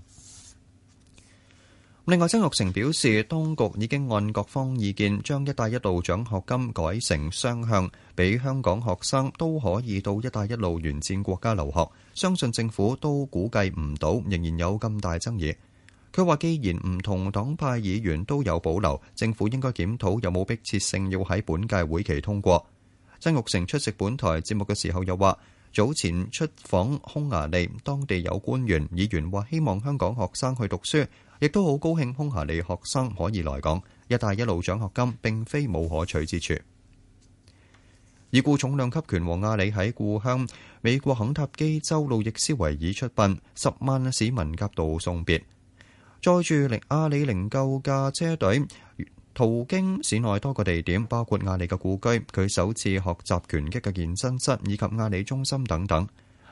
另外，曾玉成表示，當局已經按各方意見，將「一帶一路」獎學金改成雙向，俾香港學生都可以到「一帶一路」沿線國家留學。相信政府都估計唔到，仍然有咁大爭議。佢話：既然唔同黨派議員都有保留，政府應該檢討有冇迫切性要喺本屆會期通過。曾玉成出席本台節目嘅時候又話：早前出訪匈牙利，當地有官員議員話希望香港學生去讀書，亦都好高興匈牙利學生可以來港。一帶一路獎學金並非冇可取之處。已故重量級拳王阿里喺故鄉美國肯塔基州路易斯維爾出殯，十萬市民夾道送別。載住零阿里靈柩嘅車隊途經市內多個地點，包括阿里嘅故居、佢首次學習拳擊嘅健身室以及阿里中心等等。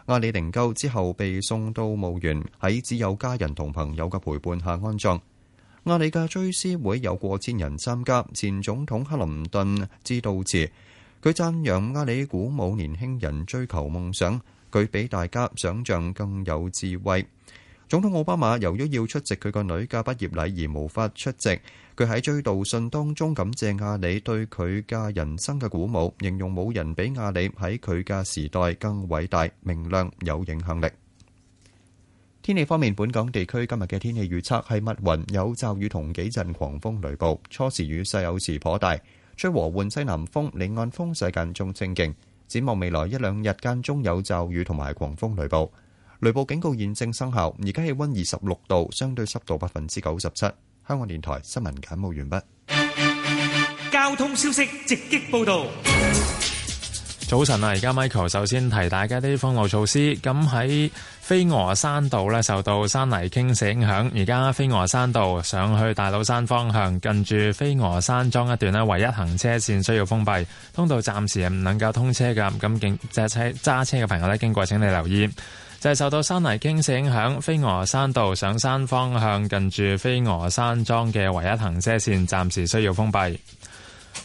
阿里靈柩之後被送到墓園，喺只有家人同朋友嘅陪伴下安葬。阿里嘅追思會有過千人參加，前總統克林頓致悼詞，佢讚揚阿里鼓舞年輕人追求夢想，佢比大家想象更有智慧。總統奧巴馬由於要出席佢個女嘅畢業禮而無法出席，佢喺追悼信當中感謝阿里對佢嘅人生嘅鼓舞，形容冇人比阿里喺佢嘅時代更偉大、明亮、有影響力。天氣方面，本港地區今日嘅天氣預測係密雲，有驟雨同幾陣狂風雷暴，初時雨勢有時頗大，吹和緩西南風，離岸風勢間中清勁。展望未來一兩日間中有驟雨同埋狂風雷暴。雷暴警告現正生效。而家氣温二十六度，相對濕度百分之九十七。香港電台新聞簡報完畢。交通消息直擊報道。早晨啊！而家 Michael 首先提大家啲封路措施。咁喺飛鵝山道咧，受到山泥傾瀉影響，而家飛鵝山道上去大老山方向，近住飛鵝山莊一段咧，唯一行車線需要封閉，通道暫時係唔能夠通車㗎。咁警揸車揸車嘅朋友咧，經過請你留意。就係受到山泥傾瀉影響，飛鵝山道上山方向近住飛鵝山莊嘅唯一行車線暫時需要封閉。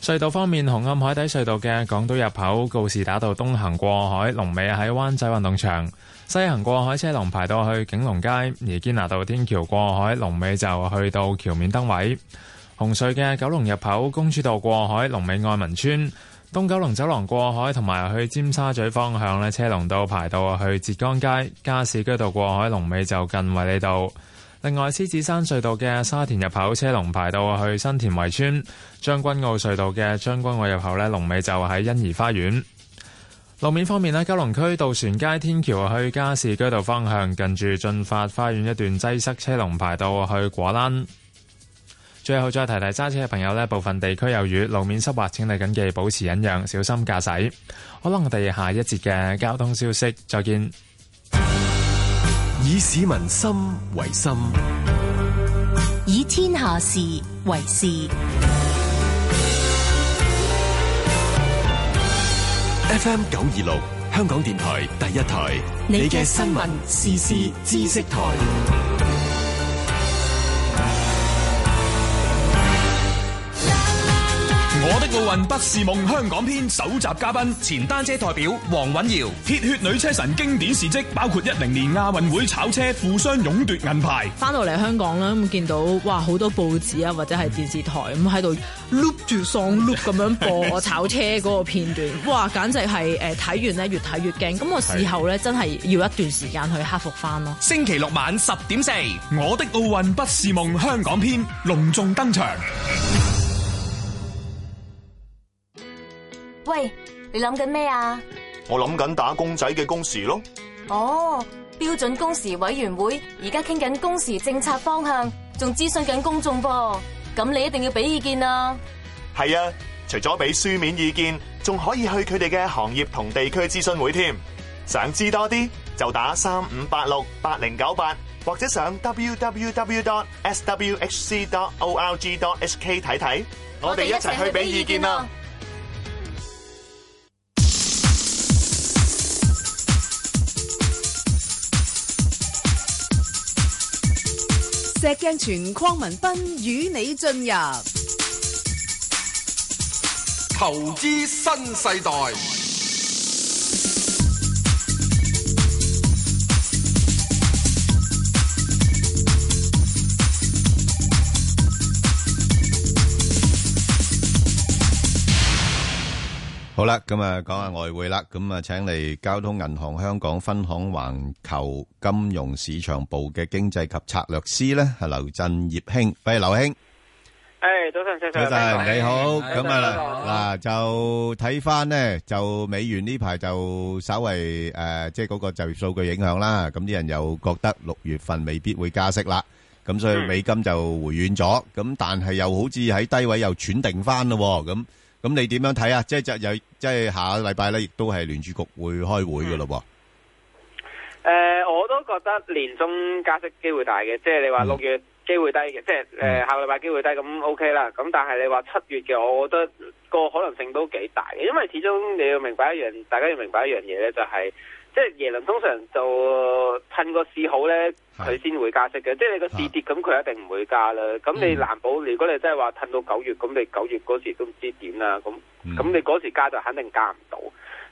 隧道方面，紅磡海底隧道嘅港島入口告士打道東行過海，龍尾喺灣仔運動場；西行過海車龍排到去景隆街，而堅拿道天橋過海龍尾就去到橋面燈位。紅隧嘅九龍入口公主道過海，龍尾愛民村；東九龍走廊過海同埋去尖沙咀方向咧，車龍到排到去浙江街，加士居道過海龍尾就近衛理道。另外，獅子山隧道嘅沙田入口車龍排到去新田圍村；將軍澳隧道嘅將軍澳入口呢，龍尾就喺欣怡花園。路面方面呢，九龍區渡船街天橋去加士居道方向，近住進發花園一段擠塞，車龍排到去果欄。最後再提提揸車嘅朋友呢，部分地區有雨，路面濕滑，請你謹記保持忍讓，小心駕駛。好啦，我哋下一節嘅交通消息，再見。以市民心為心，以天下事為事。 FM 九二六，香港電台第一台，你嘅新聞、時事、知識台。我的奧運不是夢香港篇首集嘉賓前單車代表黃允瑤，鐵血女車神經典事蹟包括一零年亞運會炒車互相勇奪銀牌。翻到嚟香港啦，咁見到哇好多報紙啊，或者係電視台咁喺度碌住喪碌咁樣播我炒車嗰個片段，哇簡直係誒睇完咧越睇越驚。咁我事後咧真係要一段時間去克服翻咯。星期六晚十點四，我的奧運不是夢香港篇隆重登場。喂，你諗緊咩啊？我諗緊打工仔嘅工時咯。哦，標準工時委員會而家傾緊工時政策方向，仲諮詢緊公眾噃。咁你一定要俾意見啊！係啊，除咗俾書面意見，仲可以去佢哋嘅行業同地區諮詢會添。想知多啲就打三五八六八零九八，或者上 www.swhc.org.hk 睇睇。我哋一齊去俾意見啊啦！石鏡泉鄺民彬與你進入投資新世代。好啦，咁啊，講下外匯啦。咁啊，請嚟交通銀行香港分行環球金融市場部嘅經濟及策略師咧，係劉振業兄。喂，劉兄，誒，早晨，石 Sir，早晨，你好。咁啊，嗱，就睇翻咧，就美元呢排就稍為誒，即係嗰個就業數據影響啦。咁啲人又覺得六月份未必會加息啦，咁所以美金就回軟咗。咁但係又好似喺低位又喘定翻咯，咁。咁你點樣睇啊？即係就又即係下個禮拜咧，亦都係聯儲局會開會嘅咯噃。誒、呃，我都覺得年中加息機會大嘅，即係你話六月機會低嘅，即係誒、呃、下個禮拜機會低咁 OK 啦。咁但係你話七月嘅，我覺得個可能性都幾大嘅，因為始終你要明白一樣，大家要明白一樣嘢咧，就係、是、即係耶倫通常就趁個市好咧，佢先會加息嘅。即係你個市跌咁，佢一定唔會加啦。咁你難保，如果你真係話褪到九月，咁你九月嗰時都唔知點啦。咁咁你嗰時加就肯定加唔到。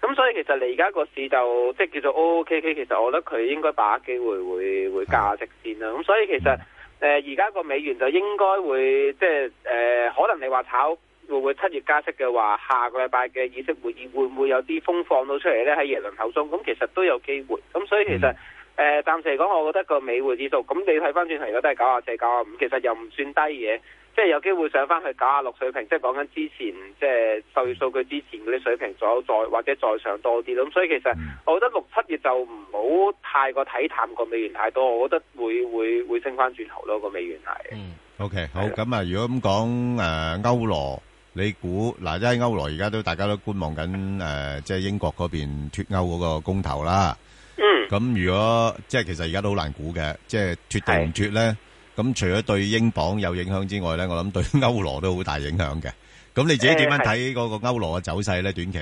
咁所以其實你而家個市就即係叫做 OKK，其實我覺得佢應該把握機會會會加息先啦。咁所以其實誒呃而家個美元就應該會即係誒、呃，可能你話炒會唔會七月加息嘅話，下個禮拜嘅議息會議會唔會有啲風放到出嚟咧？喺耶倫口中，咁其實都有機會。咁所以其實誒、呃、暫時嚟講，我覺得個美匯指數，咁你睇翻轉頭而家都係九啊四、九啊五，其實又唔算低嘅。即係有機會上翻去九啊六水平，即係講緊之前即係就業數據之前嗰啲水平左右，再或者再上多啲咯。咁所以其實我覺得六七月就唔好太過睇淡個美元太多，我覺得會會會升翻轉頭咯個美元係。 OK，好，咁啊，如果咁講誒歐羅，你估嗱，因為歐羅而家都大家都觀望緊誒，即係英國嗰邊脱歐嗰個公投啦。嗯。咁如果即係其實而家都好難估嘅，即係脱定唔脱咧？咁除咗對英鎊有影響之外咧，我諗對歐羅都好大影響嘅。咁你自己點樣睇嗰個歐羅嘅走勢咧？短期？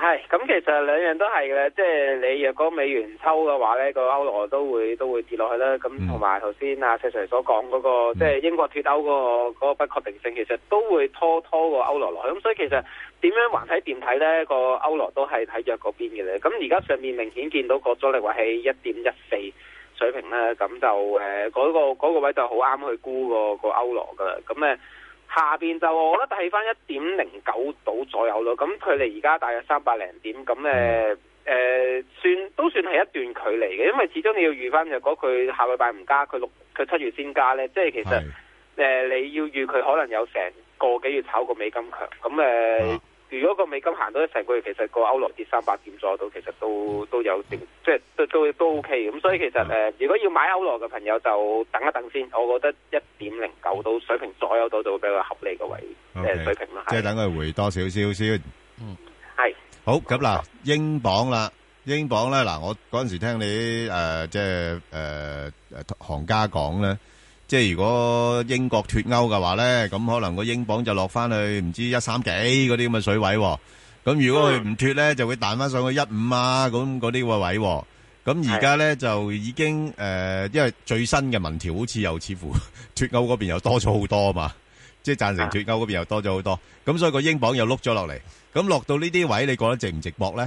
係，咁其實兩樣都係嘅，即係你若果美元抽嘅話咧，個歐羅都會都會跌落去啦。咁同埋頭先阿石 Sir 所講嗰、個，即係英國脱歐嗰個嗰個不確定性，其實都會拖拖個歐羅落去。咁所以其實點樣橫睇掂睇咧，個歐羅都係睇弱嗰邊嘅咧。咁而家上面明顯見到個阻力位係一點一四水平咧，咁就誒嗰、個嗰個位就好啱去沽個個歐羅噶啦。咁誒。下邊就我覺得睇翻一點零九度左右咯，咁距離而家大約三百零點，咁誒誒算都算係一段距離嘅，因為始終你要預翻，若果佢下個禮拜唔加，佢六佢七月先加呢，即係其實誒、呃你要預佢可能有成個幾月炒個美金強，咁誒、呃如果個美金行到一成個月，其實個歐羅跌三百點左右到，其實都都有定，即係都都都 OK 嘅咁，所以其實誒、呃如果要買歐羅嘅朋友就等一等先，我覺得一點零九到水平左右到就會比較合理嘅位誒 OK，水平啦，即係係等佢回多少少先。係。好，咁嗱，英鎊啦，英鎊咧嗱，我嗰陣時聽你誒、呃即係誒誒行家講咧，即係如果英國脱歐嘅話咧，咁可能個英鎊就落翻去唔知一三幾嗰啲咁嘅水位喎。咁如果佢唔脱咧，就會彈翻上去一五啊，咁嗰啲個位喎。咁而家咧就已經誒、呃因為最新嘅民調好似又似乎 脱歐嗰邊又多咗好多啊嘛。即係贊成脱歐嗰邊又多咗好多，咁所以個英鎊又碌咗落嚟，咁落到呢啲位，你覺得值唔值搏咧？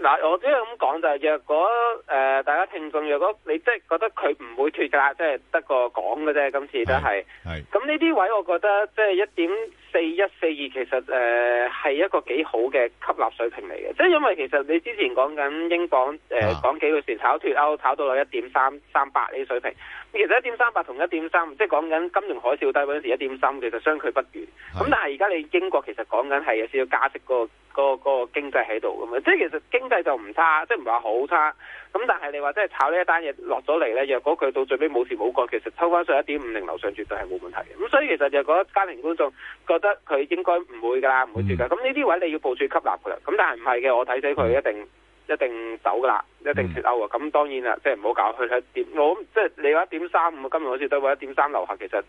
嗱，我只係咁講就係，若果誒、呃大家聽眾，若果你即係覺得佢唔會脱㗎啦，即係得個講嘅啫，今次都係。係。咁呢啲位，我覺得即係一點四一四二，其實誒呃係、一個幾好嘅吸納水平嚟嘅，即係因為其實你之前講緊英鎊誒、啊講幾個時炒脱歐，炒到落一點三三八呢啲水平，其實一點三八同一點三，即係講緊金融海嘯低嗰陣時一點三，其實相距不遠。咁但係而家你英國其實講緊係有少少加息嗰、個、個、個經濟喺度咁嘛，即係其實經濟就唔差，即係唔話好差。咁但係你話即係炒呢一單嘢落咗嚟咧，若果佢到最尾冇事冇過，其實抽翻上一點五零樓上絕對係冇問題嘅。咁所以其實若果家庭觀眾覺得佢應該唔會㗎啦，唔會跌㗎，咁呢啲位你要部署吸納㗎啦。咁但係唔係嘅，我睇死佢一定。一定走㗎啦，一定脱歐啊！咁當然啦，即係唔好搞佢一點，我諗即係你話一點三五，今日好似都話一點三樓下，其實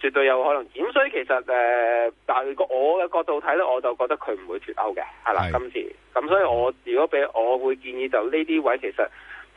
絕對有可能。咁所以其實誒，呃但係如果我嘅角度睇咧，我就覺得佢唔會脱歐嘅，係啦，今次。咁所以我如果俾我會建議就呢啲位其實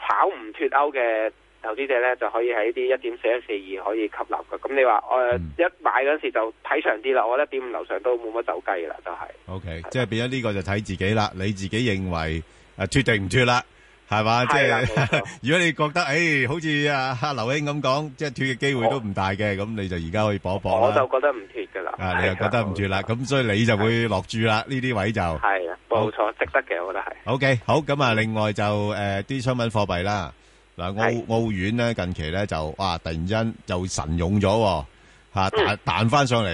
炒唔脱歐嘅投資者咧，就可以喺啲一點四一四二可以吸納嘅。咁你話誒、呃一買嗰陣時就睇長啲啦，我覺得一點五樓上都冇乜走雞啦，就係、 OK，即係變咗呢個就睇自己啦，你自己認為誒脱定唔脱啦，係嘛？即係啦係 如果你覺得誒好似啊阿劉英咁講，即係脱嘅機會都唔大嘅，咁你就而家可以搏一搏我啦就。覺得唔脱㗎啦。啊，你又覺得唔脱啦，咁所以你就會落注啦，呢啲位就係啊，冇錯，值得嘅，我覺得係。呃 OK，好，咁啊，另外就，誒，啲商品貨幣啦。嗱，澳-澳元呢，近期呢，就，哇，突然間又神勇咗喎，嚇，彈-彈返上嚟。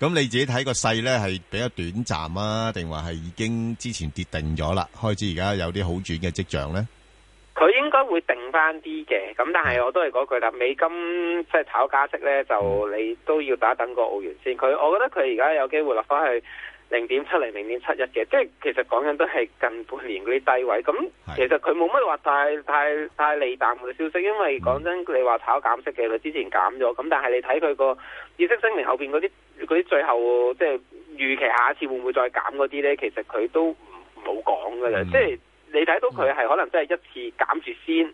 咁你自己睇個勢呢，係比較短暫啊，定話係已經之前跌定咗啦，開始而家有啲好轉嘅跡象呢？佢應該會定翻啲嘅，咁但係我都係嗰句啦，美金即係炒加息呢，就你都要打等個澳元先。佢我覺得佢而家有機會落翻去零點七零、零點七一嘅，即係其實講緊都係近半年嗰啲低位。咁其實佢冇乜話太太太利淡嘅消息，因為講真，你話炒減息嘅，佢之前減咗，咁但係你睇佢個意識聲明後邊嗰啲嗰啲最後即係預期下一次會唔會再減嗰啲呢？其實佢都唔冇講㗎啦，即係。你睇到佢係可能真係一次減住先，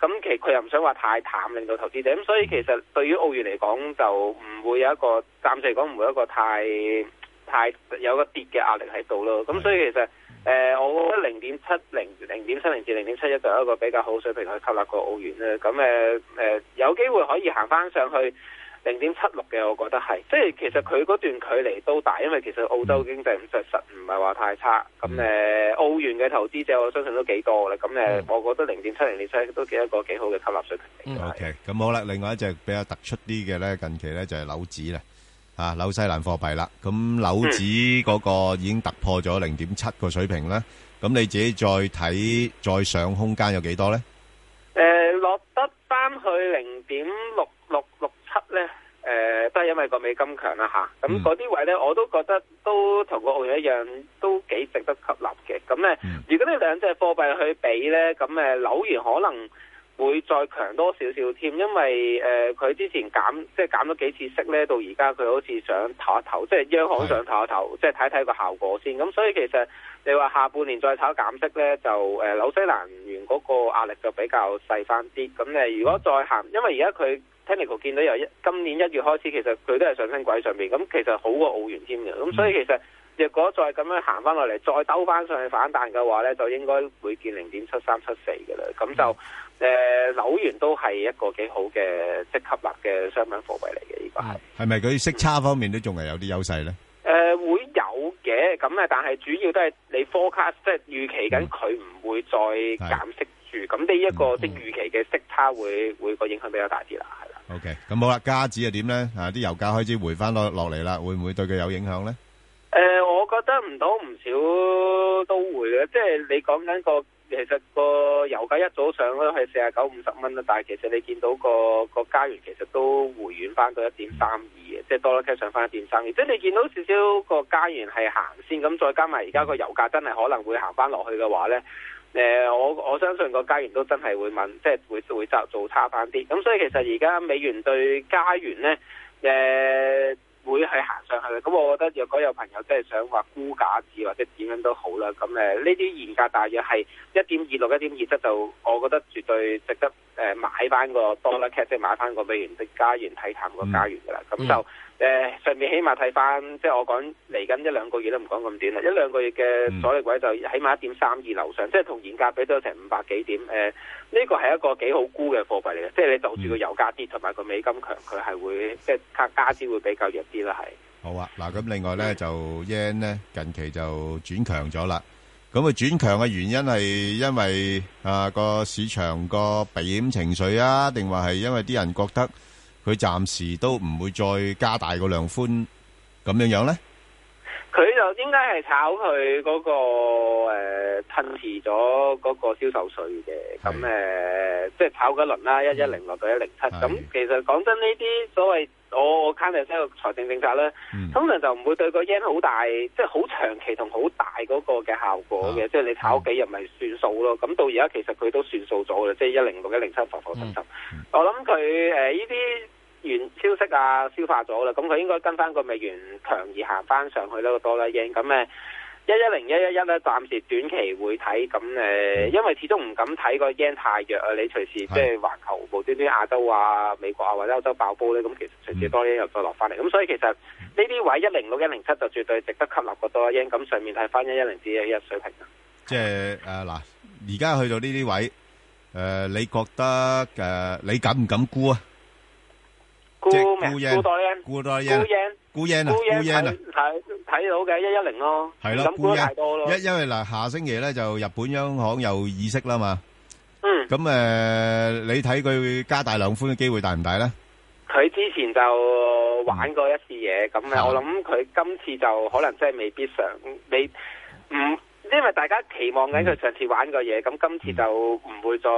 咁其佢又唔想話太淡，令到投資者咁，所以其實對於澳元嚟講就唔會有一個暫時嚟講唔會有一個太太有個跌嘅壓力喺度咯。咁所以其實誒、呃我覺得零點七零、零點七零至零點七一就係一個比較好水平去吸納個澳元咧。咁誒誒有機會可以行翻上去。零點七六嘅，我覺得係，即係其實佢嗰段距離都大，因為其實澳洲經濟唔實實唔係話太差，咁誒、呃澳元嘅投資者我相信都幾多啦，咁誒、呃我覺得零點七零點七都幾一個幾好嘅吸納水平。 OK，咁好啦，另外一隻比較突出啲嘅呢，近期呢，就係紐紙啦。啊紐西蘭貨幣啦。咁紐指嗰個已經突破咗零點七個水平啦。咁你自己再睇再上空間有幾多咧？诶、呃落得翻去零點六六六七咧，诶、都係因為個美金強啦吓。咁嗰啲位咧，我都覺得都同個澳元一樣，都幾值得吸納嘅。咁咧，如果呢兩隻貨幣去比咧，咁诶紐元可能會再強多少少添，因為诶佢、之前減即係減咗幾次息咧，到而家佢好似想唞一唞，即係央行想唞一唞，即係睇睇個效果先。咁所以其實你話下半年再炒減息咧，就誒、呃、紐西蘭元嗰個壓力就比較細翻啲。咁誒，如果再行，因為而家佢 technical 見到由一今年一月開始，其實佢都係上升軌上面，咁其實好過澳元添嘅。咁所以其實若果再咁樣行翻落嚟，再兜翻上去反彈嘅話咧，就應該會見零點七三七四嘅啦。咁就誒、呃、紐元都係一個幾好嘅即吸納嘅商品貨幣嚟嘅，呢個係。係咪佢息差方面都仲係有啲優勢咧？誒、呃會有嘅，咁啊誒，但係主要都係你 forecast，即係預期緊佢唔會再減息住，咁呢一個即係預期嘅息差會會個影響比較大啲啦，係啦。 OK，咁好啦，加指又點咧？啊，啲油價開始回翻落落嚟啦，會唔會對佢有影響咧？誒、呃我覺得唔到唔少都會嘅，即係你講緊個其實個油價一早上咗係四啊九五十蚊啦，但係其實你見到個個加元其實都回軟翻到一點三二嘅，即係多啦 K 上翻一點三二，即係你見到少少個加元係行先，咁再加埋而家個油價真係可能會行翻落去嘅話咧。誒、我我相信個加元都真係會問，即係會會做做差翻啲。咁所以其實而家美元對加元咧，誒、呃會係行上去嘅。咁我覺得若果有朋友真係想話估價字或者點樣都好啦，咁誒呃呢啲現價大約係一點二六、一點二七就，我覺得絕對值得誒、呃、買翻個 dollar cat，即係買翻個美元的加元睇淡個加元㗎啦。咁、就誒、呃上面起碼睇翻，即係我講嚟緊一兩個月都唔講咁短啦，一兩個月嘅阻力位就起碼一點三二樓上，即係同現價比都有成五百幾點。誒、呢個係一個幾好估嘅貨幣嚟嘅，即係你就住個油價跌同埋個美金強，佢係會即係加加資會比較弱啲啦，係。好啊，嗱，咁另外咧就 yen 咧近期就轉強咗啦。咁佢轉強嘅原因係因為啊個市場個避險情緒啊，定話係因為啲人覺得佢暫時都唔會再加大個量寬咁樣樣咧？佢就應該係炒佢嗰、個誒吞遲咗嗰個銷售税嘅，咁誒、即係炒嗰輪啦，一一零落到一零七，咁其實講真呢啲所謂我我 c o n t e 個財政政策咧，通常就唔會對個 yen 好大，即係好長期同好大嗰個嘅效果嘅，即係你炒幾日咪算數咯。咁到而家其實佢都算數咗嘅，即係一零六一零七浮浮沉沉。我諗佢誒呢啲。原消息啊消化咗啦，咁佢應該跟翻個美元強而行翻上去啦個多啦 yen，咁誒一一零一一一咧，暫時短期會睇，咁誒、嗯因為始終唔敢睇個 yen 太弱啊，你隨時即係環球無端端亞洲啊、美國啊或者歐洲爆煲咧，咁其實隨時多 yen 又再落翻嚟，咁所以其實呢啲位一零六一零七就絕對值得吸納個多啦 yen，咁上面睇翻一一零至一一水平啊。即係诶嗱，而家去到呢啲位，诶、你覺得诶、誒你敢唔敢估啊？沽即係咩？啊沽 yen 沽多 yen，沽多沽 yen 沽 yen 啊 yen，沽沽 yen 啊睇睇睇到嘅一一零咯，係咯，咁沽得沽一太多咯。因因為嗱，下星期咧就日本央行有議息啦嘛。嗯。咁誒、你睇佢加大量寬嘅機會大唔大咧？佢之前就玩過一次嘢，咁咧我諗佢今次就可能真係未必想你唔。因為大家期望緊佢上次玩過嘢，咁今次就唔會再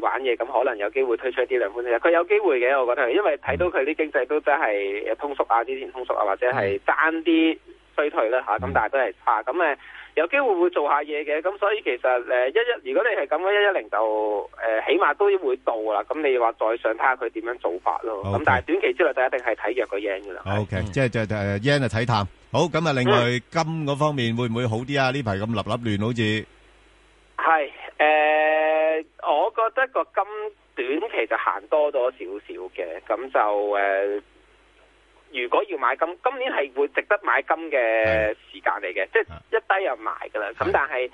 玩嘢，咁可能有機會推出一啲量寬政策佢有機會嘅，我覺得，因為睇到佢啲經濟都真係呃通縮啊，之前通縮啊，或者係爭啲衰退啦吓，咁、但係都係差，咁誒有機會會做下嘢嘅，咁所以其實誒一一如果你係咁嘅一一零就誒、呃起碼都會到啦，咁你話再上睇下佢點樣做法咯，咁 OK 但係短期之內就一定係睇弱個 yen 噶啦。 O K，即係就誒 yen 啊睇淡。好，咁啊，另外金嗰方面會唔會好啲啊？呢排咁立立亂，好似係誒、我覺得個金短期就行多咗少少嘅，咁就誒、如果要買金，今年係會值得買金嘅時間嚟嘅，即係一低又埋㗎啦。咁但係誒、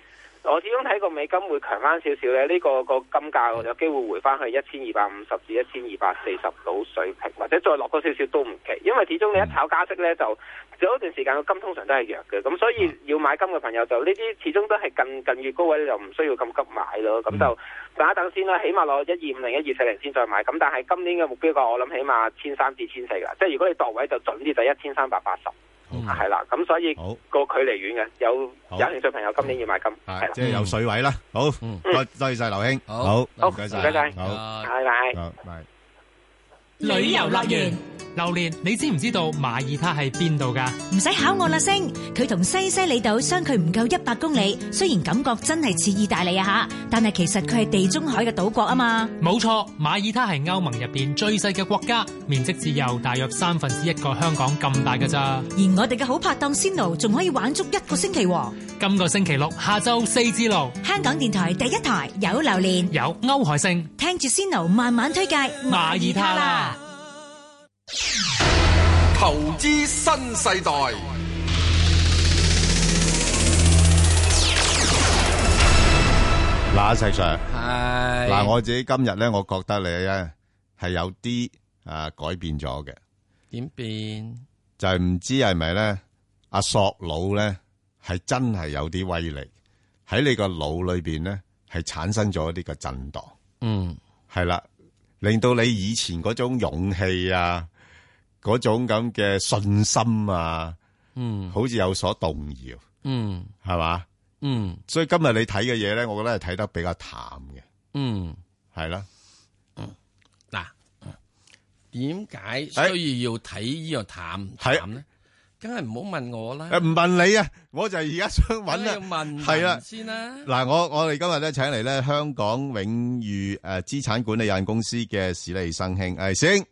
我始終睇個美金會強翻少少咧，呢、個個金價有機會回翻去一千二百五十至一千二百四十到水平，或者再落多少少都唔奇，因為始終你一炒加息咧就有一段時間個金通常都係弱嘅，咁所以要買金嘅朋友就呢啲始終都係近近月高位就唔需要咁急買咯，咁就等一等先啦，起碼落一二五零、一二四零先再買，咁但係今年嘅目標價我諗起碼千三至千四啦，即係如果你度位就準啲就一千三百八十。係啦，咁所以個距離遠嘅，有有興趣朋友今年要買金，係啦，即係有水位啦。好，多-多謝晒劉兄。好，好，唔該晒。唔該晒。好。拜拜。好，拜。旅遊樂園，榴莲，你知唔知道馬爾他喺邊度㗎？唔使考我啦，星佢同西西里島相距唔夠一百公里，雖然感覺真係似意大利啊吓，但係其實佢係地中海嘅島國啊嘛。冇錯，馬爾他係歐盟入邊最細嘅國家，面積只有大約三分之一個香港咁大㗎咋。而我哋嘅好拍檔 Sino 仲可以玩足一個星期喎。今個星期六下晝四至六，香港電台第一台有榴蓮，有歐海星。聽住 Sino 慢慢推介馬爾他啦。投資新世代，嗱，石Sir，係。嗱，我自己今日呢，我覺得你呢，係有啲，啊，改變咗嘅。點變？就係唔知係咪咧，阿索佬咧係真係有啲威力喺你個腦裏邊咧，係產生咗呢個震盪，嗯，係啦，令到你以前嗰種勇氣啊，嗰種咁嘅信心啊，嗯，好似有所動搖，嗯，係嘛，嗯，所以今日你睇嘅嘢咧，我覺得係睇得比較淡嘅，嗯，係啦，嗱，點解需要睇呢個淡唔淡咧？梗係唔好問我啦。誒唔問你啊，我就而家想揾梗係要啊，哎問係啦人。先啊啦。嗱，我我哋今日咧請嚟咧香港永裕誒資產管理有限公司嘅史利生兄，誒史兄，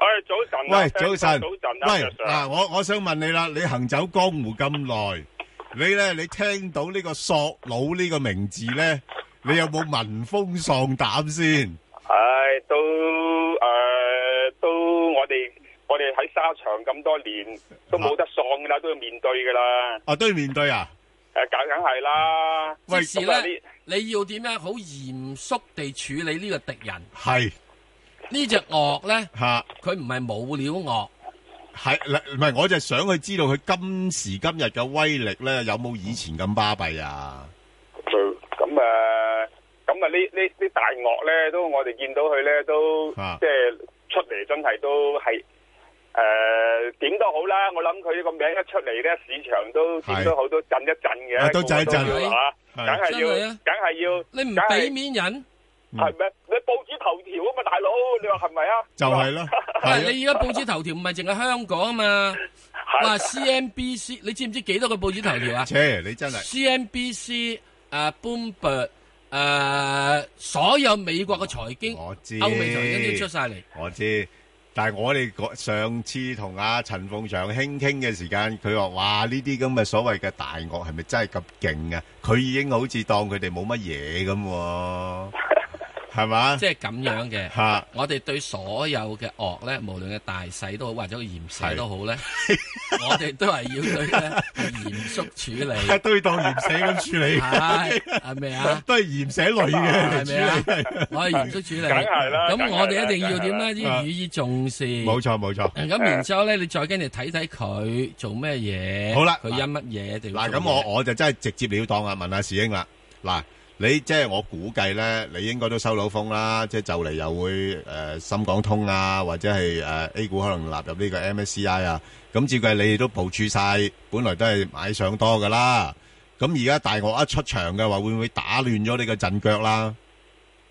喂，早晨啊，喂，早 Ben 晨，哥早晨啊，喂 Sir，嗱，我我想問你啦，你行走江湖咁耐，你咧你聽到呢個索佬呢個名字咧，你有冇聞風喪膽先？唉，都诶，都我哋我哋喺沙場咁多年，都冇得喪噶啦，都要面對噶啦，啊，都要面對啊，诶，梗梗係啦。即是咁啊咧，你要點樣好嚴肅地處理呢個敵人？係呢只惡咧，吓，佢唔係冇料惡，係嗱唔係？我就想去知道佢今時今日嘅威力咧，有冇以前咁巴閉啊？佢咁誒，咁啊呢呢啲大鱷咧，都我哋見到佢咧，都啊即係出嚟真係都係誒點都好啦。我諗佢呢個名一出嚟咧，市場都點都好都震一震啊嘅，都震一震個個都要係啊，梗真係係要啊，梗係要，你唔梗係俾面人。係咪？你報紙頭條啊嘛，大佬，你話係咪啊？就係啊啦，喂，你而家報紙頭條唔係淨係香港啊嘛，話 CNBC，你知唔知幾多個報紙頭條啊？切你真係 CNBC 誒啊 Bloomberg 誒所有美國嘅財經，我知歐美財經都出晒嚟。我知，但系我哋嗰上次同阿陳鳳祥傾傾嘅時間，佢話：哇，呢啲咁嘅所謂嘅大鱷係咪真係咁勁啊？佢已經好似當佢哋冇乜嘢咁喎，係 嘛？ 即係咁樣嘅。嚇我哋對所有嘅惡咧，無論嘅大細都好，或者個嚴細都好咧， 我哋都係要對咧嚴肅處 理。都要當鹽寫咁處理，係係咪啊？ 都係鹽寫類嘅係咪啊處理。？我係嚴肅處理。梗係啦梗係咁啦我哋一定要梗點咧？係啦要予以重視。冇錯冇錯。咁然之後咧，你再跟住睇睇佢做咩嘢。好啦佢因乜嘢地嗱，咁我我就真係直接了當啊，問下士英啦。嗱，你即係我估計咧，你應該都收到風啦，即係就嚟又會誒、呃深港通啊，或者係誒、呃 A 股可能納入呢個 MSCI 啊。咁照計你哋都部署晒，本來都係買上多噶啦。咁而家大鱷一出場嘅話，會唔會打亂咗你嘅陣腳啦？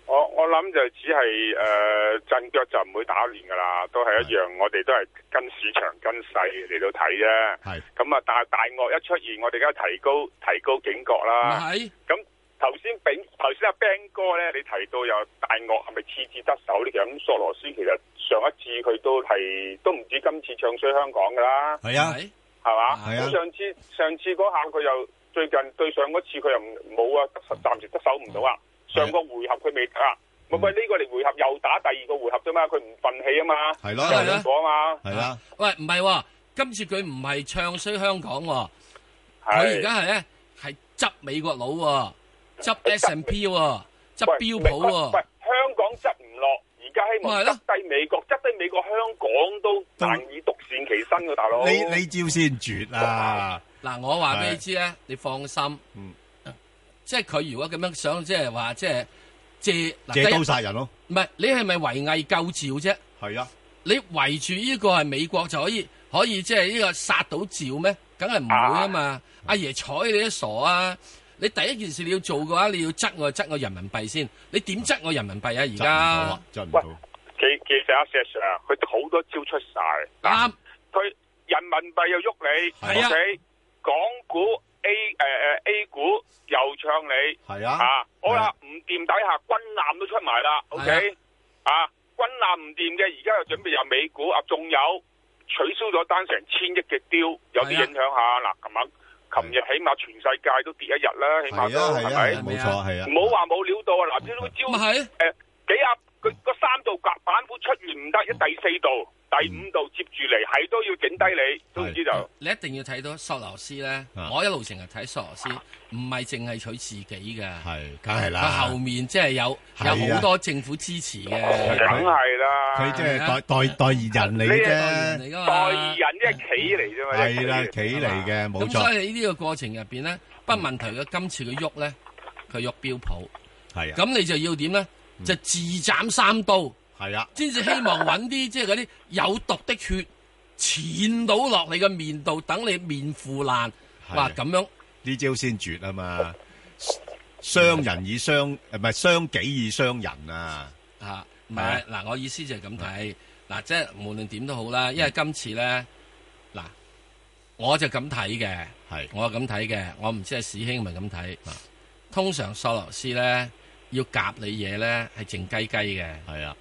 我我諗就只係诶陣腳就唔會打亂噶啦，都係一樣，我哋都係跟市場跟勢嚟到睇啫。係咁啊，但係大鱷一出現，我哋梗係提高提高警覺啦。係咁頭先炳頭先阿 Ben 哥咧，你提到有大鱷係咪次次得手呢？其實咁索羅斯其實上一次佢都係都唔止今次唱衰香港噶啦。係啊，係嘛？係啊咁上次上次嗰下佢又最近對上嗰次佢又唔冇啊，得暫時得手唔到啊。嗯上個回合佢未得啊，唔係呢個嚟回合又打第二個回合啫嘛，佢唔憤氣啊嘛，係咯有兩個啊嘛，係啦。喂，唔係喎，今次佢唔係唱衰香港喎，佢係而家係咧係執美國佬喎，執 S and P 喎，執標普喎。香港執唔落，而家希望執低美國，執低美國，香港都難以獨善其身㗎，大佬。你你招先絕啊！嗱，我話俾你知咧，你放心。嗯即係佢如果咁樣想，即係話即係借嗱借第一刀殺人咯。唔係你係咪圍魏救趙啫？係啊，你圍住呢個係美國就可以可以即係呢個殺到趙咩？梗係唔會啊嘛！阿爺睬你都傻啊！你第一件事你要做嘅話，你要質我質我人民幣先。你點質我人民幣啊？而家質唔到。其其實阿石 Sir 啊，佢好多招出晒。啱。佢人民幣又喐你，係啊你港股 A 誒、誒 A 股又唱你，係啊好啦，唔掂底下軍艦都出埋啦，OK，啊，軍艦唔掂嘅，而家又準備入美股啊，仲有取消咗單成千億嘅 deal，有啊啲影響下嗱，琴晚。琴日起碼全世界都跌一日啦，起碼都係啊係啊係啊冇咪錯係啊唔好話冇料到啊！嗱，呢招招誒幾啊，佢嗰三度夾板股出完唔得，一第四度、第五度接住嚟，係都要整低你，總之就你一定要睇到索羅斯咧，啊我一路成日睇索羅斯，唔係淨係取自己嘅，係梗係啦佢後面即係有係啊有好多政府支持嘅，梗係啦。佢即係代代代言人嚟啫，嚟噶代嘛。言人即係企嚟啫嘛，係啦，企嚟嘅冇啊咁所錯，以喺呢個過程入邊咧，不問題嘅今次佢喐咧，佢喐標普，係啊嗯咁你就要點咧？就自斬三刀，係啊，先至希望揾啲即係嗰啲有毒的血濺到落你嘅面度，等你面腐啊爛。哇！咁樣呢招先絕啊嘛，傷人以傷，唔係傷己以傷人啊，嚇唔係嗱，我意思就係咁睇嗱，即係無論點都好啦，嗯因為今次咧嗱，我就咁睇嘅，係啊我咁睇嘅，我唔知係史兄係咪咁睇。通常索羅斯咧要夾你嘢咧係靜雞雞嘅，係啊，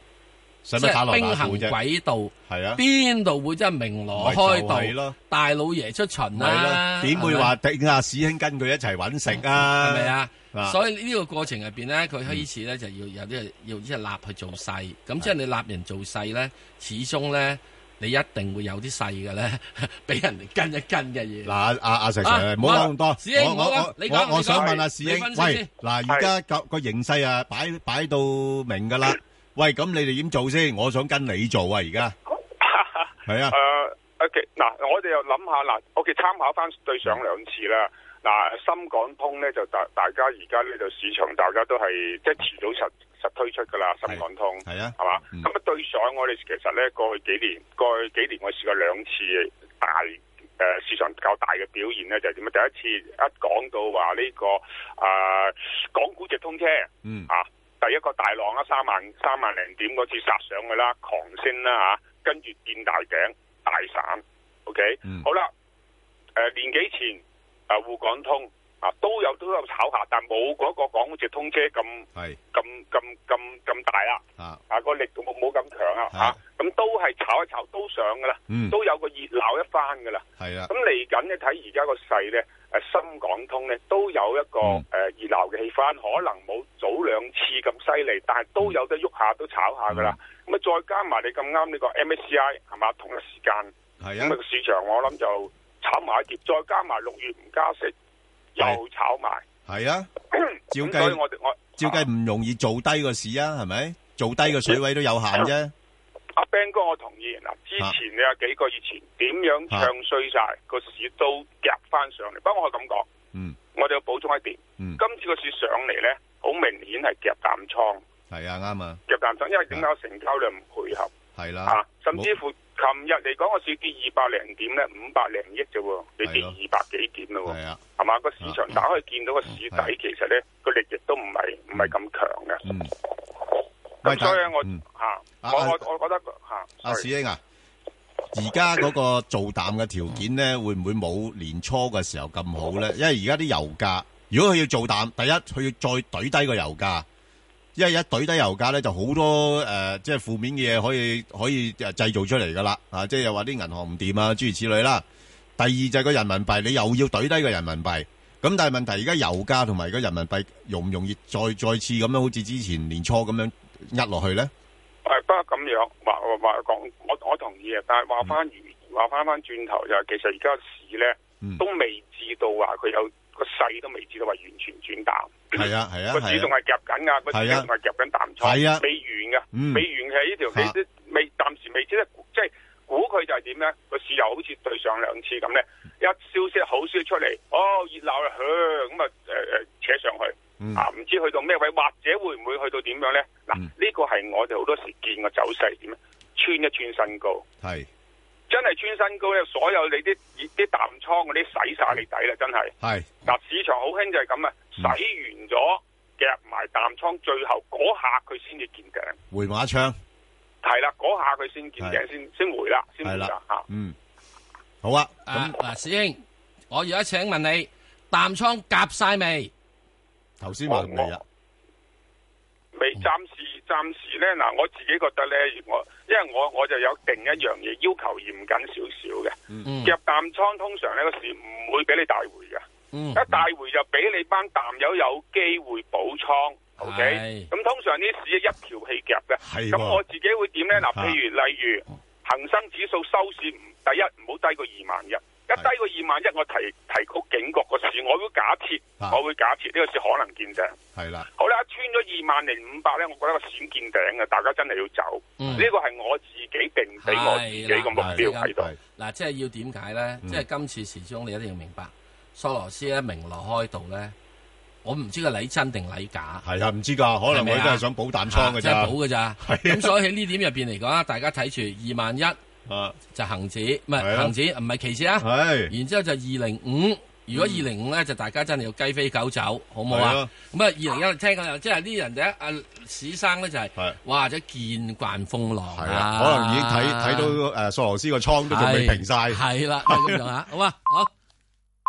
即使乜打係落兵打行鼓啫軌道，係啊，邊度會真係明羅咪就係開咯道？大老爺出巡咪咯啦，點會係咪話頂阿史兄跟佢一齊揾食啊？係咪啊？所以以呢個過程入邊咧，佢開始咧就要有啲要即係立去做勢，咁即係你立人做勢咧，始終咧你一定會有啲勢嘅咧， 俾人哋跟一跟嘅嘢。嗱，阿阿阿石 Sir，唔好講咁多。史英，我我我我你我講，我想問阿史英你，分析喂先，嗱，而家個個形勢啊，擺擺到明㗎啦。喂，咁你哋點做先？我想跟你做啊，而家係 啊誒、，OK，嗱，我哋又諗下嗱，OK，參考翻對上兩次啦。嗱，深港通咧就大大家而家呢就市場大家都係即係遲早實實推出㗎啦，深港通係啊，係嘛？咁啊對上我哋其實咧過去幾年，過去幾年我試過兩次大誒、呃市場較大嘅表現咧就係點啊？第一次一講到話呢、個啊、港股直通車，嗯啊。第一個大浪啦，三萬三萬零點嗰次殺上去啦，狂升啦嚇，跟住見大頂大散，OK，、好嗯啦，誒、年幾前啊滬港通啊都有都有炒下，但冇嗰個港直通車咁係咁咁咁咁大啦，啊啊個力度冇冇咁強啊嚇，咁、都係炒一炒都上噶啦，嗯都有個熱鬧一番噶啦。係啊咁，嚟緊咧睇而家個勢咧，誒深港通咧都有一個誒嗯熱鬧嘅氣氛，可能冇早兩次咁犀利，但係都有得喐下，都炒下噶啦。嗯咁啊、再加埋你咁啱呢個 MSCI 係嘛，同一時間係咁啊個市場我諗就炒埋一碟，再加埋六月唔加息又炒埋，係啊，照咁計所以我哋我照計唔容易做低個市啊，係咪？做低個水位都有限啫，阿 Ben 哥我同意嗱，之前你有幾個月前點樣唱衰晒個市都夾翻上嚟，不過我係咁講。嗯，我哋要補充一點，今次個市上嚟咧，好明顯係夾淡倉，係啊，啱啊，夾淡倉，因為點解個成交量唔配合係啊啦，？甚至乎琴日嚟講個市跌二百零點咧，五百零億啫喎，你跌二百幾點嘞喎，係啊嘛？個市場打開見到個市底，其實咧個力亦都唔係唔係咁強嘅。嗯咁所以我嚇，我我我覺得嚇，阿史英啊，而家嗰個做淡嘅條件咧，會唔會冇年初嘅時候咁好咧？因為而家啲油價，如果佢要做淡，第一佢要再懟低個油價，因為一懟低油價咧，就好多誒、呃即係負面嘅嘢可以可以誒製造出嚟噶啦，啊，即係又話啲銀行唔掂啊，諸如此類啦。第二就係個人民幣，你又要懟低個人民幣。咁但係問題而家油價同埋個人民幣容唔容易再再次咁樣好似之前年初咁樣呃落去咧？誒不過咁樣話話話講，我我同意啊，但係話翻如話翻翻轉頭就係其實而家市咧都未至到話佢有個勢都未未至到話完全轉淡。係啊係啊個係啊市仲係夾緊㗎，個市係啊仲係夾緊淡倉，係啊未完㗎，嗯未完嘅呢條啊你都未暫時未知得，即係估佢就係點咧？個市又好似對上兩次咁咧，一消息好消息出嚟，哦熱鬧啦，呵咁啊誒誒扯上去。嗯啊，唔知去到咩位，或者會唔會去到點樣咧？嗱，呢個係我哋好多時見嘅走勢點咧，穿一穿新高。係真係穿新高咧，所有你啲啲淡倉嗰啲洗晒你底啦，真係。係嗱，市場好興就係咁啊，洗完咗夾埋淡倉，最後嗰下佢先至見頂。回馬槍係啦，嗰下佢先見係頂，先先回啦，先回係啦啦嚇。，嗯，好啊，咁嗱，師兄，我而家請問你淡倉夾晒未？頭先話未啊，未暫時暫時咧，嗱，我自己覺得咧，我因為我我就有定一樣嘢要求嚴謹少少嘅。嗯夾淡倉通常呢個市唔會俾你大回嘅，嗯一大回就俾你班淡友有機會補倉。O K，係咁通常啲市一條氣夾嘅，係喎咁我自己會點呢？嗱，啊譬如例如恒生指數收市唔第一唔好低過二萬一，一低過二萬一，我提提高警覺個市，我會假設，啊我會假設呢個市可能見頂。係啦，好啦，穿咗二萬零五百咧，我覺得個閃見頂嘅，大家真係要走。嗯呢個係我自己定俾我自己個目標喺度。嗱，即係要點解咧？嗯即係今次時鐘你一定要明白，索羅斯咧明落開度咧，我唔知佢禮真定禮假。係啊，唔知㗎，可能係咪佢啊都係想補淡倉㗎即係咋，啊補㗎咋。咁所以喺呢點入邊嚟講啊，大家睇住二萬一就恒指，唔啊係係啊恒指，唔係期指啊。然之後就二零五。如果二零五咧，就大家真係要雞飛狗走，好唔好嗯係啊啊？咁啊，二零一聽講又即係呢人哋阿史生咧就係，哇！即係見慣風浪係啊啊，可能已經睇睇到誒索羅斯個倉都仲未平晒，係係啦，就係咁樣啊，好啊，好。